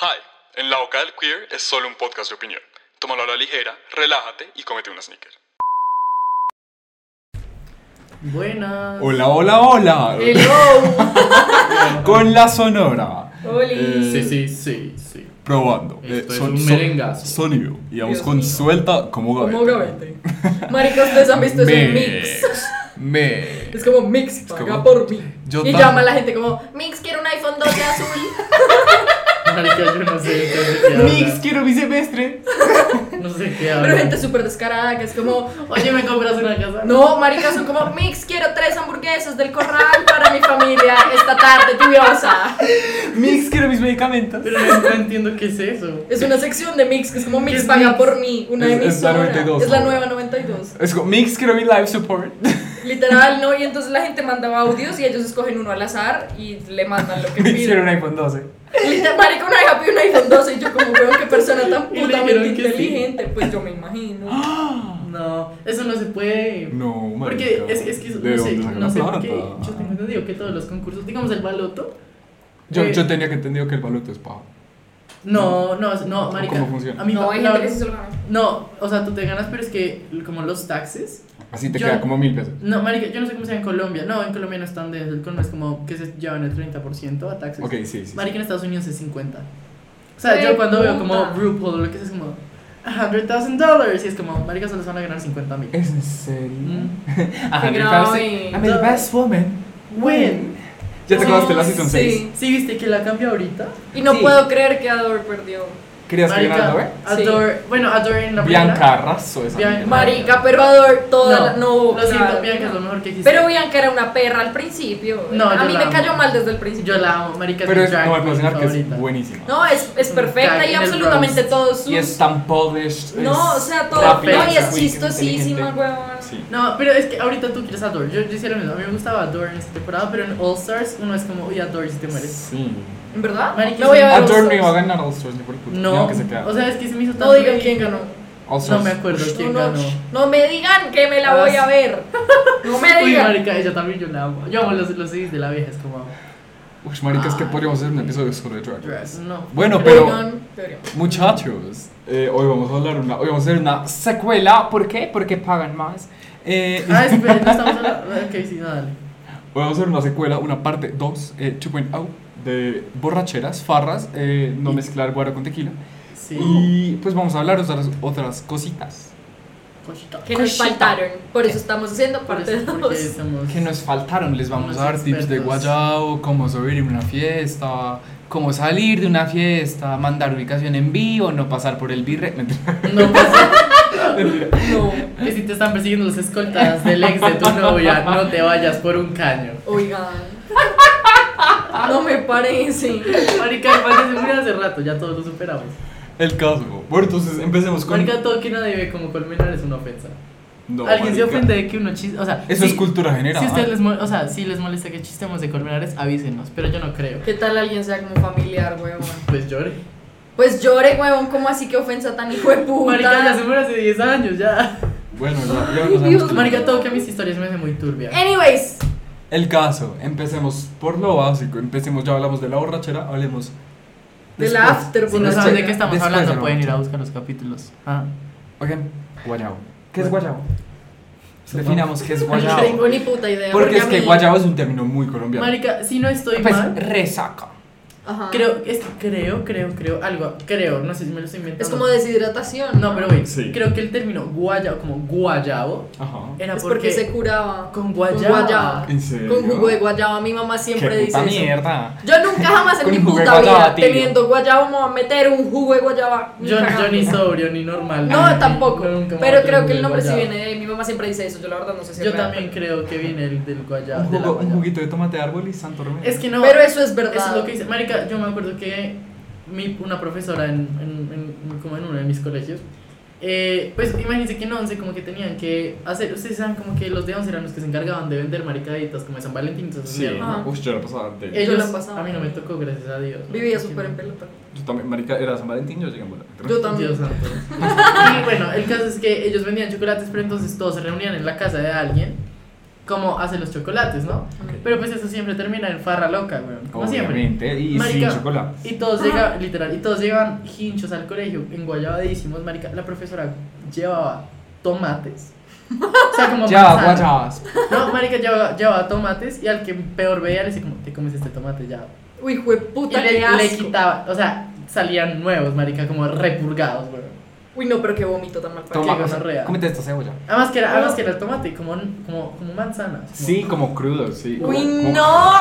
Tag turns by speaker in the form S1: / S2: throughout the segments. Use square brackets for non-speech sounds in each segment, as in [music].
S1: Hi, en La Boca del Queer es solo un podcast de opinión. Tómalo a la ligera, relájate y cómete una sneaker.
S2: Buenas.
S3: Hola, hola, hola.
S2: Hello.
S3: Con la sonora. Eh,
S4: Oli.
S2: Sí, sí, sí, sí.
S3: Probando. Eh,
S2: Esto es un merengazo.
S3: sonido. Y vamos
S4: Dios
S3: con
S4: mío.
S3: suelta como gavete.
S4: Como gavete. Marica, ustedes han visto ese mix.
S3: mix.
S4: Es como mix, paga
S3: como-
S4: por mí.
S3: Yo
S4: y
S3: tam-
S4: llama a la gente como, mix, quiero un iPhone 12 azul.
S2: Marica, yo no sé de qué habla.
S3: quiero mi semestre.
S2: No sé qué
S4: Pero gente
S2: habla.
S4: súper descarada que es como,
S2: Oye, ¿me compras una casa?
S4: no, marica, son como, mix, quiero tres hamburguesas del corral para mi familia esta tarde lluviosa.
S3: Mix, quiero mis medicamentos.
S2: Pero no, no entiendo qué es eso.
S4: Es una sección de mix que es como,
S2: ¿Qué
S4: mix,
S2: es
S4: paga
S2: Mix?
S4: por mí. Una
S3: Es- es la
S4: emisora.
S3: 92
S4: es la
S3: ahora.
S4: nueva 92.
S3: Es como, Mix, quiero mi life support.
S4: Literal, no. Y entonces la gente mandaba audios y ellos escogen uno al azar y le mandan
S3: [laughs]
S4: lo
S3: [laughs]
S4: que
S3: Mix, quiero
S4: piden.
S3: un iPhone 12.
S4: Literal, marica, una hija pidió un iPhone 12 y yo como, weón, qué persona tan
S2: Y le
S4: putamente
S2: dijeron que sí. Ah,
S4: inteligente. Pues yo
S2: [gasps]
S4: me imagino.
S2: No, eso no se puede.
S3: No, marica.
S2: Porque es, es que
S3: ¿De
S2: no sé,
S3: dónde sacan
S2: no
S3: la
S2: sé por
S3: plata?
S2: qué. Yo tengo entendido que todos los concursos, digamos el baloto.
S3: Yo,
S2: eh,
S3: yo tenía que entendido que el baloto es pago.
S2: No, no, no, Marica.
S3: ¿Cómo funciona?
S2: A mí
S4: No,
S2: pa-
S4: hay
S2: la-
S4: gente que sí se lo gana.
S2: No, o sea, tú te ganas, pero es que como los taxes.
S3: Así te
S2: Yo-
S3: queda como mil pesos.
S2: No, Marica, yo no sé cómo sea en Colombia. No, en Colombia no es tan de eso. El colmo es como que se llevan el 30% a taxes.
S3: Ok, sí, sí, sí.
S2: Marica en Estados Unidos es 50. O sea,
S4: Güey,
S2: yo cuando veo como
S4: puta.
S2: RuPaul, lo que es, es como $100,000 y es como, Marica, solo se van a ganar 50 mil.
S3: ¿Es en serio? [laughs]
S4: Qué grave.
S3: I'm the best woman.
S2: Win.
S3: Ya te
S4: Sí,
S3: acabaste la season
S4: sí.
S3: 6.
S2: Sí, viste que la cambió ahorita.
S4: Y no
S3: Sí.
S4: puedo creer que Ador perdió.
S3: ¿Querías que ganara, güey?
S2: Adore, bueno, Adore en la primera.
S3: Bianca Razo esa.
S2: Bianca.
S3: mierda.
S4: Marica, pero Ador toda
S2: No,
S4: la-
S3: Oh,
S4: No,
S2: Lo siento,
S4: claro,
S2: Bianca
S4: no.
S2: es lo mejor que existe.
S4: Pero Bianca era una perra al principio.
S2: No,
S4: a
S2: yo
S4: mí
S2: la
S4: me
S2: amo.
S4: cayó mal desde el principio.
S2: yo la amo, Marica es
S3: Pero
S2: mi
S3: es,
S2: drag
S3: no voy a
S2: queen
S3: mencionar que
S2: favorita.
S3: es buenísima.
S4: No, es, es perfecta
S2: Cae
S4: y
S2: en el
S4: absolutamente
S2: roast.
S4: todos sus.
S3: Y es tan polished.
S4: no, o
S3: es
S4: sea, todo.
S3: rápida,
S4: No, y es
S3: quick,
S4: chistosísima,
S3: inteligente.
S4: weón.
S3: Sí.
S2: No, pero es que ahorita tú quieres Adore. Yo, yo hice lo mismo. A mí me gustaba Adore en esta temporada, pero en All Stars uno es como, uy, Adore si te mueres.
S3: Sí.
S4: ¿En verdad?
S2: Marica,
S4: no voy a ver.
S3: Adore
S4: los
S3: no iba a
S4: dos.
S3: ganar All Stars ni por puto.
S2: No,
S3: ni aunque se quedara.
S2: o sea, es que se me hizo tan
S4: No digan
S2: ridículo.
S4: quién ganó.
S3: All
S2: No
S3: Stars.
S2: me acuerdo quién
S4: no,
S2: ganó. Ah,
S4: no me digan que me la voy a ver. [laughs] No me
S2: Uy,
S4: digan.
S2: marica, ella también yo la amo. Yo amo los, los CDs de la vieja, es como...
S3: Uy, marica, es
S2: Ah.
S3: que podríamos hacer un episodio sobre Drag Race.
S2: No. Eh,
S3: Bueno, pero-
S4: Oigan, deberíamos.
S3: Muchachos, eh, hoy vamos a hablar una, hoy vamos a hacer una secuela. ¿Por qué? Porque pagan más. Eh, [laughs]
S2: Ah, espera, no estamos hablando... Ah, Ok, sí, no, dale.
S3: Voy a hacer una secuela, una parte 2, eh, 2.0, de borracheras, farras, eh, no mezclar guaro con tequila.
S2: Sí.
S3: Y pues vamos a hablar otras, otras cositas
S2: Cosita.
S4: Que nos
S3: Cosita.
S4: faltaron. Por eso estamos haciendo
S2: Por
S4: parte
S2: eso, porque
S4: 2.
S2: somos...
S3: que nos faltaron. Les vamos
S2: Unos
S3: a dar tips de
S2: expertos.
S3: guayao, cómo sobrevivir en una fiesta, cómo salir de una fiesta, mandar ubicación en vivo, no pasar por el birre. Mentira.
S2: No pasa.
S4: [laughs] No.
S2: Que si te están persiguiendo los escoltas del ex de tu novia, no te vayas por un caño.
S4: Oigan. No me parece.
S2: Marica, me parece muy hace rato, ya todos lo superamos.
S3: El caso. Bueno, entonces empecemos con.
S2: Marica, todo que nadie ve como colmenar es una ofensa.
S3: No,
S2: Alguien se
S3: marica.
S2: ofende de que uno chiste... O sea,
S3: Eso
S2: sí,
S3: es cultura general.
S2: Si ustedes les, mol- o sea, si les molesta que chistemos de colmenares, avísenos, pero yo no creo.
S4: ¿Qué tal alguien sea como familiar, weón?
S2: Pues llore.
S4: Pues llore, weón. ¿Cómo así que ofensa tan hijo de
S2: Marica, ya se
S4: puta?
S2: murió hace 10 años, ya.
S3: Bueno, ya, ya
S4: Ay,
S3: nos
S4: Dios.
S3: hemos-
S2: [laughs] Marica, todo que a mis historias me hace muy turbia.
S4: Anyways.
S3: El caso. Empecemos por lo básico. Empecemos, ya hablamos de la borrachera, hablemos.
S4: Del
S3: después.
S4: after,
S2: Si no
S4: Después-
S2: saben de qué estamos
S3: después de
S2: hablando,
S3: la
S2: pueden ir a
S3: borrachera.
S2: buscar los capítulos. Ah.
S3: Oigan, guayabo. ¿Qué es guayabo? Definamos qué es
S4: No
S3: guayabo.
S4: tengo ni puta idea.
S3: Porque es
S4: a
S3: que
S4: mí-
S3: guayabo es un término muy colombiano.
S2: Marica, si no estoy
S3: pues
S2: mal,
S3: resaca.
S4: Ajá.
S2: creo, es, creo, creo, creo, algo, creo, no sé si me lo estoy inventando.
S4: Es como deshidratación.
S2: No, pero güey,
S3: Sí.
S2: creo que el término guayabo, como guayabo,
S3: Ajá.
S2: era
S4: Es
S2: porque...
S4: porque se curaba.
S2: Con
S4: Con
S2: guayaba.
S4: guayaba.
S3: ¿En serio?
S4: Con jugo de guayaba. Mi mamá siempre
S3: Qué
S4: dice
S3: puta
S4: eso.
S3: mierda.
S4: Yo nunca jamás en
S3: Con
S4: mi
S3: jugo de
S4: puta vida
S3: guayaba, tío.
S4: teniendo guayaba me voy a meter un jugo de guayaba. ni
S2: Yo, yo ni
S4: cagando.
S2: sobrio, ni normal. ni-
S4: No,
S2: ni-
S4: tampoco.
S2: nunca me voy
S4: Pero
S2: a
S4: creo
S2: tomar
S4: que el nombre sí
S2: guayabo.
S4: viene de ahí. Mi mamá siempre dice eso. Yo la verdad no sé si es
S2: Yo
S4: real,
S2: también creo que viene el del guayabo.
S3: Un,
S2: de la
S3: jugo- un
S2: guayaba.
S3: juguito de tomate de árbol y santo remedio.
S2: Es que no.
S4: pero- Pero eso es verdad.
S2: Eso es lo que dice. Marica, yo me acuerdo que mi, una profesora en, en, en- como en uno de mis colegios, eh, pues imagínense que en 11 como que tenían que hacer, ustedes saben como que los de 11 eran los que se encargaban de vender maricaditas como en San Valentín, entonces
S3: Sí,
S2: mierda.
S4: Ajá.
S3: uy, yo la pasaba de...
S4: Ah, Yo la
S2: Ellos,
S4: pasaba.
S2: a mí no me tocó, gracias a Dios. ¿no?
S4: Vivía
S2: Sí,
S4: súper en
S2: no.
S4: pelota.
S3: Yo también, marica, era San Valentín, yo llegué en bola.
S4: Yo también.
S2: Dios santo.
S4: [laughs]
S2: Y bueno, el caso es que ellos vendían chocolates, pero entonces todos se reunían en la casa de alguien cómo hace los chocolates, ¿no? Pero pues eso siempre termina en farra loca, güey. Como siempre.
S5: Obviamente, y
S2: Marica,
S5: sin chocolate.
S2: Y todos llegaban, literal, y todos llegaban hinchos al colegio, enguayabadísimos, marica. La profesora llevaba tomates. O sea,
S5: [laughs]
S2: como
S6: Ya,
S2: manzana.
S6: guayabas.
S2: No, marica, llevaba, llevaba tomates y al que peor veía le decía como, te comes este tomate ya.
S4: Uy, jue
S2: Y
S4: puta, qué
S2: le, le
S4: asco.
S2: quitaba, o sea, salían nuevos, marica, como repurgados, güey.
S4: Uy, no, pero qué vómito tan mal para
S2: Toma.
S4: Toma.
S2: gonorrea.
S5: cómete esta cebolla.
S2: Además que era, además que era el tomate, como, como, como manzanas. como
S5: Sí, como crudo, sí.
S4: Uy,
S5: como-
S4: no.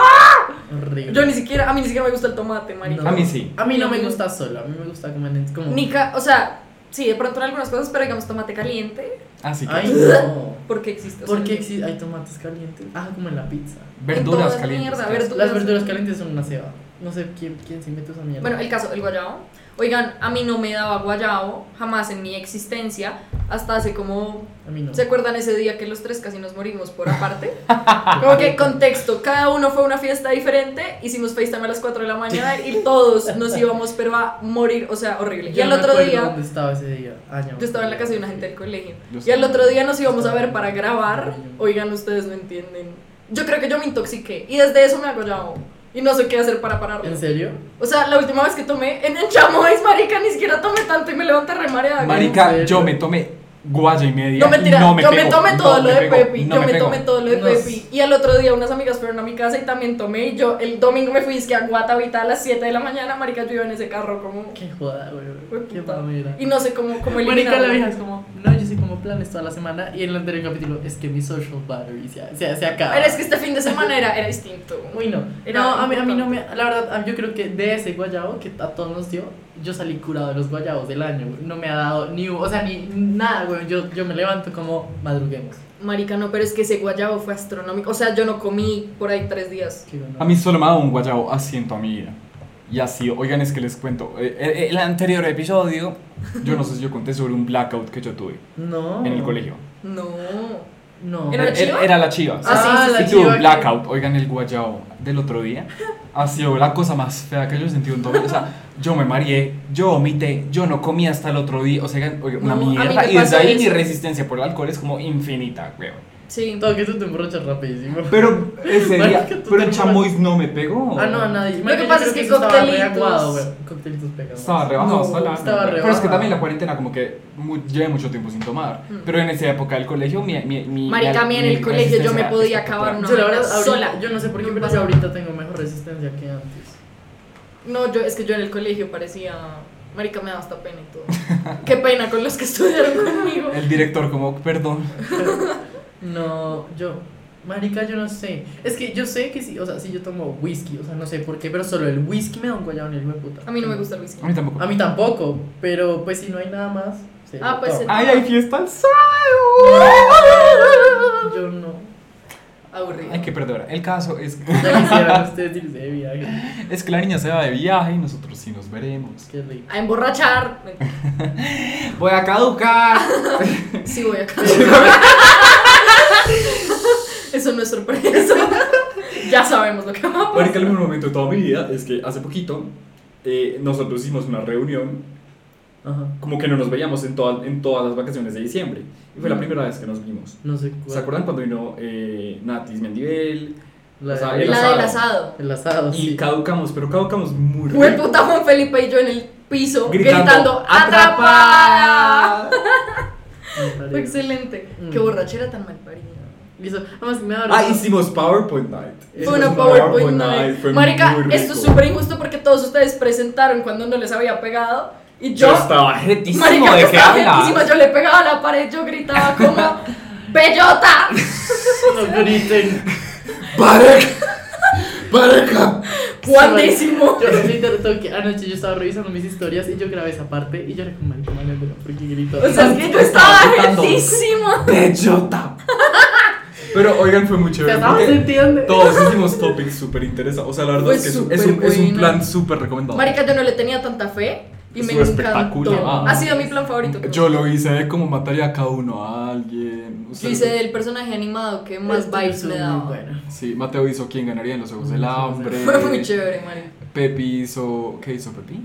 S2: Horrible.
S4: Yo ni siquiera, a mí ni siquiera me gusta el tomate, marica.
S5: A mí sí.
S2: A mí no me gusta solo, a mí me gusta como en como
S4: Ni ca- o sea, sí, de pronto en algunas cosas, pero digamos tomate caliente,
S5: Así que
S2: Ay,
S4: [laughs]
S2: no.
S4: porque existe. o sea,
S2: ¿Por qué
S4: en-
S2: exi- hay tomates calientes? Ah, como en la pizza.
S5: verduras
S4: toda
S5: calientes.
S4: mierda,
S5: ¿qué haces?
S4: verdu-
S2: Las verduras calientes son una ceba. No sé quién, quién se inventó esa mierda.
S4: Bueno, el caso, el guayabo. Oigan, a mí no me daba guayabo jamás en mi existencia, hasta hace como
S2: a mí no.
S4: ¿Se acuerdan ese día que los tres casi nos morimos por
S2: [laughs]
S4: aparte? Como que contexto, cada uno fue a una fiesta diferente, hicimos FaceTime a las 4 de la mañana
S2: [laughs]
S4: y todos nos íbamos, pero a morir, o sea, horrible. y
S2: Yo
S4: al
S2: no me
S4: otro
S2: acuerdo
S4: día,
S2: ¿Dónde estaba ese día? Ah, ya me
S4: yo estaba en la
S2: acuerdo.
S4: casa de una gente del colegio.
S5: Yo
S4: Y al
S5: estaba-
S4: otro día nos íbamos a ver para grabar. Oigan, ustedes no entienden. Yo creo que yo me intoxiqué y desde eso me hago llamo. Y no sé qué hacer para pararlo.
S2: ¿En serio?
S4: O sea, la última vez que tomé en el chamois, marica, ni siquiera tomé tanto y me levanté remareada.
S2: ¿En
S5: Marica,
S2: serio?
S5: yo me tomé guaya y media.
S4: No mentira,
S5: y no me
S4: yo me
S5: pegó,
S4: tomé
S5: no
S4: todo lo
S5: me
S4: de
S5: pegó,
S4: Pepi,
S5: no
S4: yo
S5: me
S4: me
S5: pegó.
S4: tomé todo lo de
S2: No.
S4: Pepi. Y al otro día unas amigas fueron a mi casa y también tomé. Y yo el domingo me fui dizque a Guatavita a las 7 de la mañana, marica, yo iba en ese carro como...
S2: Qué joda, güey.
S4: Fue
S2: Qué
S4: puta.
S2: mamera.
S4: Y no sé cómo, cómo
S2: Marica, la
S4: eliminarlo.
S2: vieja es como, no, yo sí como planes toda la semana. Y en el anterior capítulo, es que mi social battery se, se, se acaba.
S4: Pero es que este fin de semana era, era distinto.
S2: Uy, no.
S4: Era
S2: no, a mí, a mí no me.
S4: importante.
S2: La verdad, a- yo creo que de ese guayabo que a todos nos dio, yo salí curado de los guayabos del año. güey. No me ha dado ni. un- O sea, ni nada, güey. Yo, yo me levanto como madruguemos.
S4: Marica, no, pero es que ese guayabo fue astronómico. O sea, yo no comí por ahí tres días.
S2: Qué bueno.
S5: A mí solo me ha dado un guayabo así en toda mi vida. Y así, oigan, es que les cuento. eh, El, el anterior episodio, yo no sé si yo conté sobre un blackout que yo tuve
S2: No.
S5: en el colegio.
S4: No.
S2: No.
S4: ¿Era la
S5: Era-
S4: chiva?
S5: Eh, Era la chiva.
S4: Ah, sí, sí,
S5: Y
S4: la
S5: tuve
S2: chiva
S5: un
S2: que-
S5: blackout. Oigan, el guayabo del otro día ha sido la cosa más fea que yo he sentido en todo. O sea, yo me mareé, yo vomité, yo no comí hasta el otro día. O sea, oigan, oigan, una
S4: No, a mí me
S5: mierda. Y
S4: pasó
S5: desde ahí mi
S4: eso.
S5: resistencia por el alcohol es como infinita, weón.
S4: Sí.
S2: Todo que tú te emborrachas rapidísimo.
S5: Pero ese
S2: Marica,
S5: día,
S2: tú te
S5: pero el
S2: enamoras.
S5: chamois no me pegó.
S2: Ah, no, a nadie.
S4: Lo que
S2: yo
S4: pasa
S2: creo
S4: es que
S2: eso estaba
S4: coctelitos.
S2: reaguado, güey. Coctelitos pegados.
S5: Estaba rebajado
S4: No,
S5: hasta la-
S2: estaba
S5: Pero es que
S2: rebajado.
S5: también la cuarentena como que mu- llevé mucho tiempo sin tomar.
S4: Mm.
S5: Pero en esa época del colegio mi... mi, mi
S4: Marica, a mí en
S5: mi
S4: el colegio yo me
S5: resistencia
S4: podía
S5: era
S4: acabar
S5: espectacular.
S4: una
S2: Yo la verdad,
S4: vaina
S2: ahorita,
S4: sola.
S2: yo no sé por qué,
S4: No me
S2: pero
S4: pasa.
S2: yo ahorita tengo mejor resistencia que
S4: [laughs]
S2: antes.
S4: No, yo, es que yo en el colegio parecía. Marica, me daba hasta pena y todo. [laughs] Qué pena con los que estudiaron conmigo.
S5: El director como, perdón.
S2: No, yo. Marica, yo no sé. Es que yo sé que sí, o sea, si yo tomo whisky, o sea, no sé por qué, pero solo el whisky me da un guayabo en el huevo puta.
S4: A mí no me gusta el whisky.
S5: A mí tampoco.
S2: A mí tampoco, pero pues si no hay nada más. se
S4: Ah,
S2: lo
S4: pues,
S2: tomo.
S5: ¡Ay, hay fiesta al sábado!
S2: Yo no.
S4: Aburrido.
S5: Hay que perdonar. El caso es,
S2: Ya quisieran ustedes irse de viaje.
S5: es que la niña se va de viaje y nosotros sí nos veremos.
S2: Qué rico.
S4: A emborrachar.
S5: Voy a caducar.
S4: Sí, voy a caer. [laughs] Eso no es sorpresa. [laughs] Ya sabemos lo que va a pasar.
S5: Marica, el mejor momento de toda mi vida es que hace poquito eh, nosotros hicimos una reunión
S2: Ajá.
S5: como que no nos veíamos en, todas en todas las vacaciones de diciembre. Y fue la primera vez que nos vimos.
S2: No sé cuál.
S5: ¿Se acuerdan cuando vino eh, Natis Mendivel?
S2: La,
S5: O sea,
S2: el,
S5: el-
S4: La del asado.
S2: asado.
S5: Y
S2: Sí.
S5: caducamos, pero caducamos muy
S4: Fue
S5: rico.
S4: puta Juan Felipe y yo en el piso gritando, ¡Atrapada!
S5: ¡Atrapada!
S2: me parece.
S4: Fue excelente.
S2: Mm.
S4: Qué borrachera tan mal parida.
S2: Y eso, además, me da
S5: Ah,
S2: vergüenza.
S5: hicimos PowerPoint Night.
S2: Fue
S4: Fue
S5: Hicimos
S4: una PowerPoint night.
S5: fue
S4: Marica,
S5: muy rico.
S4: esto es súper injusto porque todos ustedes presentaron cuando no les había pegado y
S5: Yo
S4: yo,
S5: estaba jetísimo
S4: marica,
S5: de
S4: yo
S5: que
S4: estaba
S5: hablas.
S4: loquísima, yo le pegaba a la pared, yo gritaba como
S5: [laughs]
S4: ¡Bellota!
S2: No griten.
S5: ¡Pareja! ¡Pareja!
S4: ¡Guandísimo!
S2: [laughs] Yo literal tengo que anoche yo estaba revisando mis historias y yo grabé esa parte y yo era como marica María, pero ¿por qué grito?
S4: O sea, es que yo estaba jetísima.
S5: ¡Bellota! Pero oigan, fue muy
S2: O sea,
S5: chévere.
S2: ¿no se
S5: porque
S2: entiende?
S5: Todos hicimos topics súper interesantes. O sea, la verdad
S4: Fue
S5: es que es un,
S4: súper
S5: es un- es un
S4: bueno.
S5: plan súper recomendado.
S4: Marica, yo no le tenía tanta fe y me
S5: Estuvo espectacular.
S4: encantó. Ha sido mi plan favorito. creo.
S5: Yo lo hice de cómo mataría a cada uno a alguien.
S4: Yo
S5: Ustedes-
S4: hice del personaje animado que más
S2: Esto
S4: vibes
S2: es
S4: me
S2: muy
S4: daba.
S2: bueno.
S5: Sí, Mateo
S4: Mm,
S5: hizo quién ganaría en los ojos del hambre.
S4: Fue muy chévere, marica.
S5: Pepi hizo. ¿Qué hizo Pepi?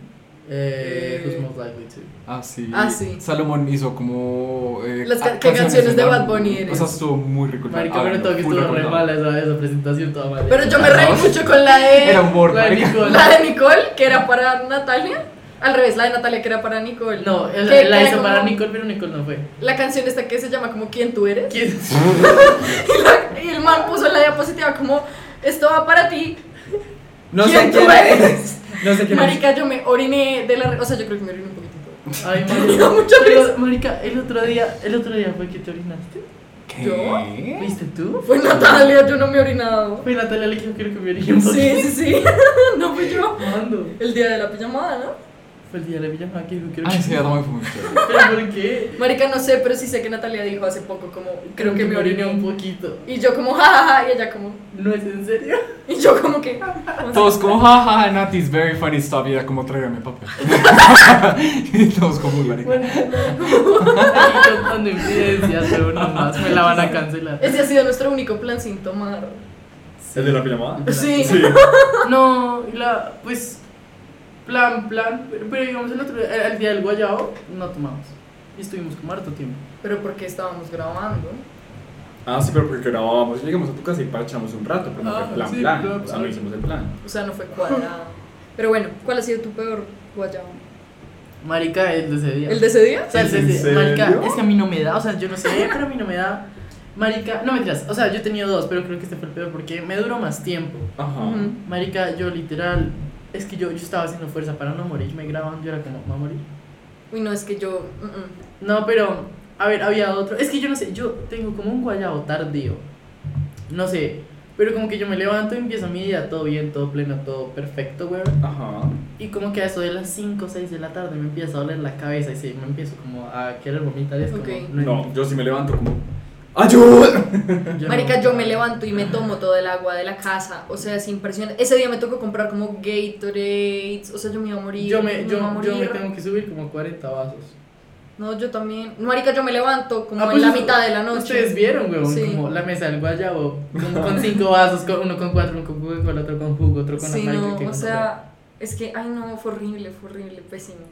S2: Eh,
S4: Eh.
S2: Who's Most Likely to.
S7: Ah, sí.
S4: Ah, sí.
S7: Salomón hizo como. eh,
S4: Las ca-
S7: ah,
S4: ¿qué canciones de Bad Bunny
S7: O sea,
S4: eres?
S7: estuvo muy rico. el
S2: Marica,
S5: ah,
S7: álbum,
S2: pero todo que
S7: full
S2: estuvo re
S7: recomendado.
S2: mala esa, esa presentación, toda mala.
S4: Pero yo me reí mucho con la
S7: Era
S4: de,
S7: un board,
S2: La de
S7: marica.
S2: Nicole.
S4: la de Nicole, que era para Natalia. Al revés, la de Natalia, que era para Nicole.
S2: No,
S4: Que-
S2: la,
S4: que
S2: la
S4: era
S2: hizo
S4: como-
S2: para Nicole, pero Nicole no fue.
S4: La canción esta que se llama como ¿Quién tú eres?
S2: ¿Quién?
S4: Y, la- y el man puso en la diapositiva como esto va para ti.
S5: No sé
S4: ¿Quién tú
S5: quién
S4: eres?
S5: [laughs] No sé quién es.
S4: Marica, yo me oriné de la... re- O sea, yo creo que me oriné un poquitito. [laughs]
S2: Ay, marica. Pero, marica, el otro día, el otro día fue que te orinaste.
S7: ¿Qué?
S4: ¿Yo?
S2: ¿Viste tú?
S4: Fue Natalia, yo no me he orinado.
S2: Fue Natalia le dijo quiero que me orine un poquito.
S4: Sí, sí, sí. [laughs] No fui yo.
S2: ¿Cuándo?
S4: El día de la pijamada, ¿no?
S2: Fue el día de la pijamada que dijo quiero
S5: Ah,
S2: que
S7: Ay, sí, ya también fue
S4: [laughs]
S7: muy chévere.
S2: [laughs] ¿Pero por qué?
S4: Marica, no sé, pero sí sé que Natalia dijo hace poco como creo que me oriné un
S2: un
S4: poco.
S2: poquito.
S4: Y yo como jajaja ja, ja", y ella como...
S2: ¿No es en serio? [laughs]
S4: Y yo como que... "Ah, "Ja, ja, ja".
S7: Todos como, jaja, ja, Nati's very funny stuff. Y era como, tráigame papel. [laughs] y todos como, "Uy, marica.
S2: Bueno, aquí contando infidencias, pero no más, me la van a cancelar.
S4: Ese ha sido nuestro único plan sin tomar.
S5: ¿El de la pijamada?
S4: Sí.
S5: Sí.
S2: No, y la, pues, plan, plan, pero, pero digamos el otro, el, el día del guayao, no tomamos. Y estuvimos como harto tiempo.
S4: Pero porque estábamos grabando.
S5: Ah, sí, pero porque grabábamos. Llegamos a tu casa y parchamos un rato, pero no
S2: Ah,
S5: fue plan,
S2: sí,
S5: plan.
S2: claro,
S5: o sea, no
S2: claro.
S5: hicimos el plan.
S4: O sea, no fue
S2: [laughs]
S4: cuadrado. Pero bueno, ¿cuál ha sido tu peor guayabo?
S2: Marica, el de ese día.
S4: ¿El de ese día?
S2: O sea, el de
S5: ¿En
S2: ese- marica,
S5: serio?
S2: es que a mí no me da, o sea, yo no sé, pero a mí no me da. Marica, no me creas, o sea, yo he tenido dos, pero creo que este fue el peor porque me duró más tiempo.
S5: Ajá.
S4: Ujú.
S2: Marica, yo literal, es que yo, yo estaba haciendo fuerza para no morir, me grababan, yo era como, ¿va a morir?
S4: Uy, no, es que yo. mm, mm.
S2: No, pero, a ver, había otro. Es que yo no sé, yo tengo como un guayabo tardío. No sé, pero como que yo me levanto y empiezo mi día todo bien, todo pleno, todo perfecto, weón.
S5: Ajá.
S2: Y como que a eso de las 5 o 6 de la tarde me empieza a doler la cabeza y sí, me empiezo como a querer vomitar. y Es como,
S4: Ok.
S2: no,
S5: No, yo sí me levanto como. ¡Ayuda!
S2: yo no-
S4: Marica, yo me levanto y me tomo todo el agua de la casa. O sea, es impresionante. Ese día me tocó comprar como Gatorades. O sea, yo me iba a morir.
S2: Yo me,
S4: iba a
S2: yo, yo me
S4: morir.
S2: tengo que subir como 40 vasos.
S4: No, yo también. No, Marica, yo me levanto como
S2: Ah,
S4: en
S2: pues
S4: la
S2: eso-
S4: mitad de la noche.
S2: Ustedes vieron, weón,
S4: Sí.
S2: como la mesa del guayabo con, con cinco vasos, con uno con cuatro, uno con jugo, con otro con jugo, otro con
S4: Sí,
S2: Jamaica,
S4: no,
S2: que
S4: o
S2: con-
S4: sea, es que, ay no, fue horrible, fue horrible, pésimo.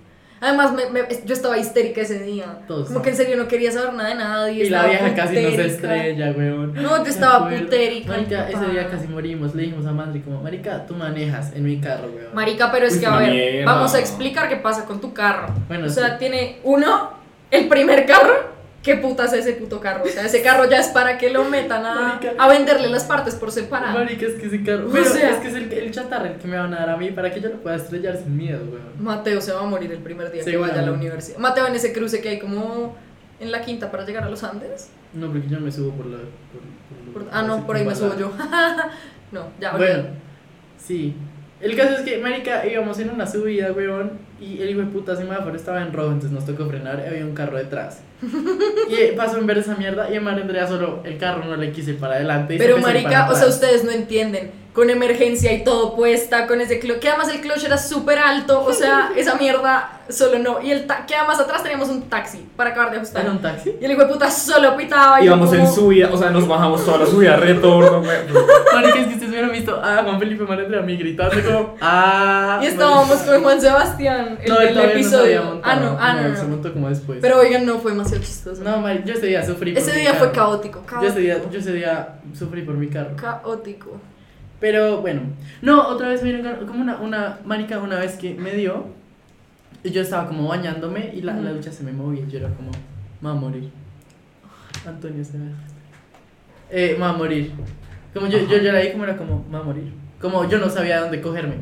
S4: Además, me- me- yo estaba histérica ese día.
S2: Todos
S4: como que en serio no quería saber nada de nadie.
S2: Y la
S4: estaba
S2: vieja casi no se
S4: putérica.
S2: estrella, weón.
S4: No, yo
S2: Me
S4: estaba
S2: acuerdo.
S4: putérica.
S2: Marica, ese
S4: pa.
S2: día casi morimos. Le dijimos a Mandri como, Marica, tú manejas en mi carro, weón.
S4: Marica, pero es
S5: Uy,
S4: que, a
S5: una
S4: ver,
S5: mierda.
S4: vamos a explicar qué pasa con tu carro.
S2: Bueno,
S4: o sea,
S2: sí.
S4: tiene uno, el primer carro. ¿Qué putas es ese puto carro? O sea, ese carro ya es para que lo metan a,
S2: Marica.
S4: a venderle las partes por separado.
S2: Marica, es que ese carro.
S4: O
S2: Pero
S4: sea-
S2: es que es el, el chatarra el que me van a dar a mí para que yo lo pueda estrellar sin miedo, weón.
S4: Mateo se va a morir el primer día que
S2: Seguro.
S4: vaya a la universidad. Mateo en ese cruce que hay como en la quinta para llegar a los Andes.
S2: No, porque yo no me subo por la. por- por-
S4: Por- ah,
S2: así
S4: no, por ahí me
S2: como
S4: subo
S2: la-
S4: yo. [laughs] no, ya,
S2: Bueno,
S4: olvídalo.
S2: sí. El caso es que, Marica, íbamos en una subida, weón, y el hijo de puta semáforo estaba en rojo, entonces nos tocó frenar, y había un carro
S4: [laughs]
S2: detrás. y eh, pasó en ver esa mierda, y a María Andrea solo el carro no le quise ir para adelante. Y se
S4: Pero
S2: empezó a ir para
S4: marica, o sea,
S2: atrás.
S4: ustedes no entienden. Con emergencia y todo puesta, con ese clutch. Que además el clutch era súper alto.
S2: [laughs]
S4: O sea, esa mierda solo no. Y el ta- que además atrás teníamos un taxi para acabar de
S2: ¿Está
S4: ajustar.
S2: en un taxi?
S4: Y el hijo de puta solo pitaba. Y yo
S5: Íbamos en
S4: como-
S5: subida, o sea, nos bajamos toda la subida, retorno, güey.
S2: Marica, es que ustedes hubieran visto a Juan Felipe María Andrea a mí gritando
S4: [laughs]
S2: como, ¡ah!
S4: Y estábamos
S2: marica.
S4: con Juan Sebastián. El,
S2: No, él todavía
S4: del
S2: no se había
S4: episodio. ah,
S2: montado,
S4: no, ah, no,
S2: él
S4: no,
S2: Se
S4: no.
S2: montó como después.
S4: Pero oigan, no fue demasiado chistoso.
S2: no, Mari, yo ese día sufrí por
S4: Ese
S2: mi
S4: día fue
S2: carro.
S4: caótico.
S2: Yo
S4: Caótico.
S2: ese día, yo ese día sufrí por mi carro.
S4: Caótico.
S2: Pero bueno, no, otra vez me dieron como una, una marica una vez que me dio y yo estaba como bañándome y la, la ducha se me movía y yo era como, me va a morir. Antonio se me eh, me va a morir. Como yo, yo, yo era ahí como era como, me va a morir. Como yo no sabía dónde cogerme.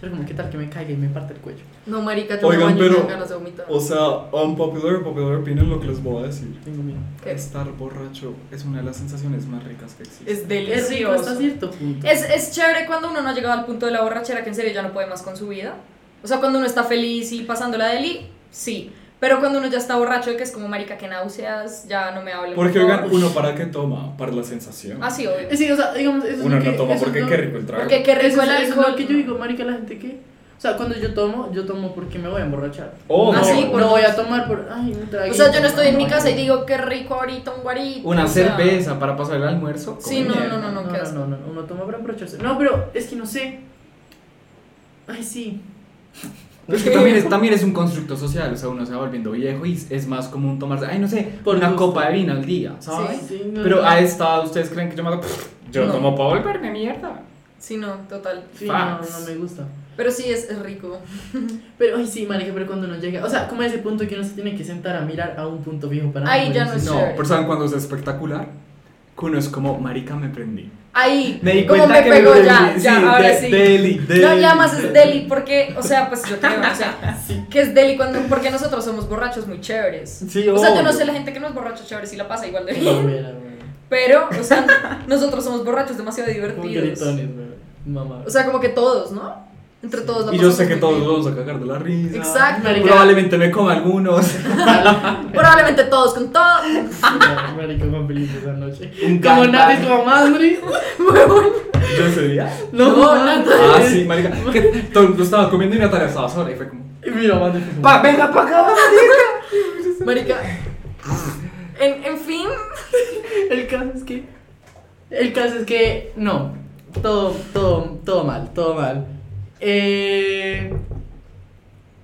S2: Yo era como, ¿qué tal que me caiga y me parte el cuello?
S4: No, marica, yo me
S5: Oigan,
S4: bañé y
S5: pero-
S4: tengo ganas de vomitar.
S5: O sea, unpopular, popular opinion, lo que les voy a decir.
S2: Tengo miedo.
S4: ¿Qué?
S7: Estar borracho es una de las sensaciones más ricas que existe.
S4: Es
S2: Es rico hasta
S4: delicioso.
S2: cierto punto.
S4: Es, es chévere cuando uno no ha llegado al punto de la borrachera que en serio ya no puede más con su vida. O sea, cuando uno está feliz y pasando la deli, sí. Pero cuando uno ya está borracho, que es como marica, que náuseas, ya no me hablen.
S5: Porque,
S4: por
S5: oigan, eh,
S4: favor.
S5: uno para qué toma, para la sensación.
S4: Ah, sí, obvio.
S2: Es decir, o sea, digamos, eso es
S5: Uno
S2: lo que-
S5: no toma
S2: eso es
S5: porque
S2: lo-
S5: qué rico el trago.
S4: Porque qué rico
S2: Eso,
S4: el
S2: es- eso es
S4: alcohol.
S2: lo que yo digo, marica, la gente que... O sea, cuando yo tomo, yo tomo porque me voy a emborrachar.
S5: Oh,
S4: Ah,
S5: no.
S4: sí, por-
S2: No voy a tomar por... Ay, un
S4: O
S2: traguito.
S4: sea, yo no estoy en mi
S2: Ay,
S4: casa y digo, qué rico ahorita un guarito.
S7: Una
S4: o sea.
S7: cerveza para pasar el almuerzo.
S4: Sí,
S7: come
S4: no,
S7: mierda.
S4: no, no, no, qué asco.
S2: no, no, uno toma para emborracharse. No, pero es que no sé. Ay, sí.
S5: Pero es que también es, también es un constructo social, o sea, uno se va volviendo viejo y es más común tomarse, ay, no sé,
S2: Por
S5: una
S2: gusto.
S5: copa de vino al día, ¿sabes?
S2: Sí, no,
S5: Pero
S2: no.
S5: a esta, ¿ustedes creen que yo me hago? Yo
S4: No.
S5: tomo para volverme mierda.
S4: Sí, no, total.
S2: Sí, no,
S5: Facts.
S2: no me gusta.
S4: Pero sí es, es rico.
S2: Pero, ay, sí, marica, pero cuando uno llega, o sea, como ese punto que uno se tiene que sentar a mirar a un punto fijo para
S4: Ahí ya
S2: morirse.
S4: no
S5: No,
S4: Sure.
S5: pero ¿saben cuando es espectacular? Que uno es como, marica, me prendí.
S4: Ahí,
S5: Me di
S4: como
S5: cuenta
S4: me
S5: que
S4: pegó
S5: me
S4: ya,
S5: prendí,
S4: ya,
S5: sí,
S4: ahora
S5: de-
S4: sí.
S5: deli,
S4: No,
S5: deli.
S4: ya más es deli, porque, o sea, pues yo creo, o
S5: [laughs]
S4: sea, que es deli cuando, porque nosotros somos borrachos muy chéveres.
S5: Sí,
S4: O sea, yo no
S5: obvio.
S4: sé la gente que no es borracho chévere si la pasa igual de
S2: No,
S4: bien.
S2: mira, güey.
S4: Pero, o sea, nosotros somos borrachos demasiado
S2: Como
S4: divertidos.
S2: gritones, güey. Mamá.
S4: O sea, como que todos, ¿no? Entre todos la
S5: Y yo
S4: pasamos
S5: sé que
S4: muy
S5: todos
S4: bien.
S5: vamos a cagar de la risa.
S4: Exacto.
S2: Marica.
S5: Probablemente me coma algunos.
S4: [laughs] Probablemente todos con todo. [laughs]
S2: marica, Juan feliz esa noche.
S5: Un
S2: Como
S5: gangbang.
S2: nada es como madre.
S5: Yo ese día.
S2: No,
S4: No,
S2: nada.
S5: Ah, sí, marica. Que todo el mundo estaba comiendo y Natalia estaba sola y fue como.
S2: Y mira, madre. fue como,
S5: Pa, venga pa' acá, marica.
S4: Marica. En, en fin,
S2: El caso es que. El caso es que. No. Todo, todo, todo mal, todo mal. Eh.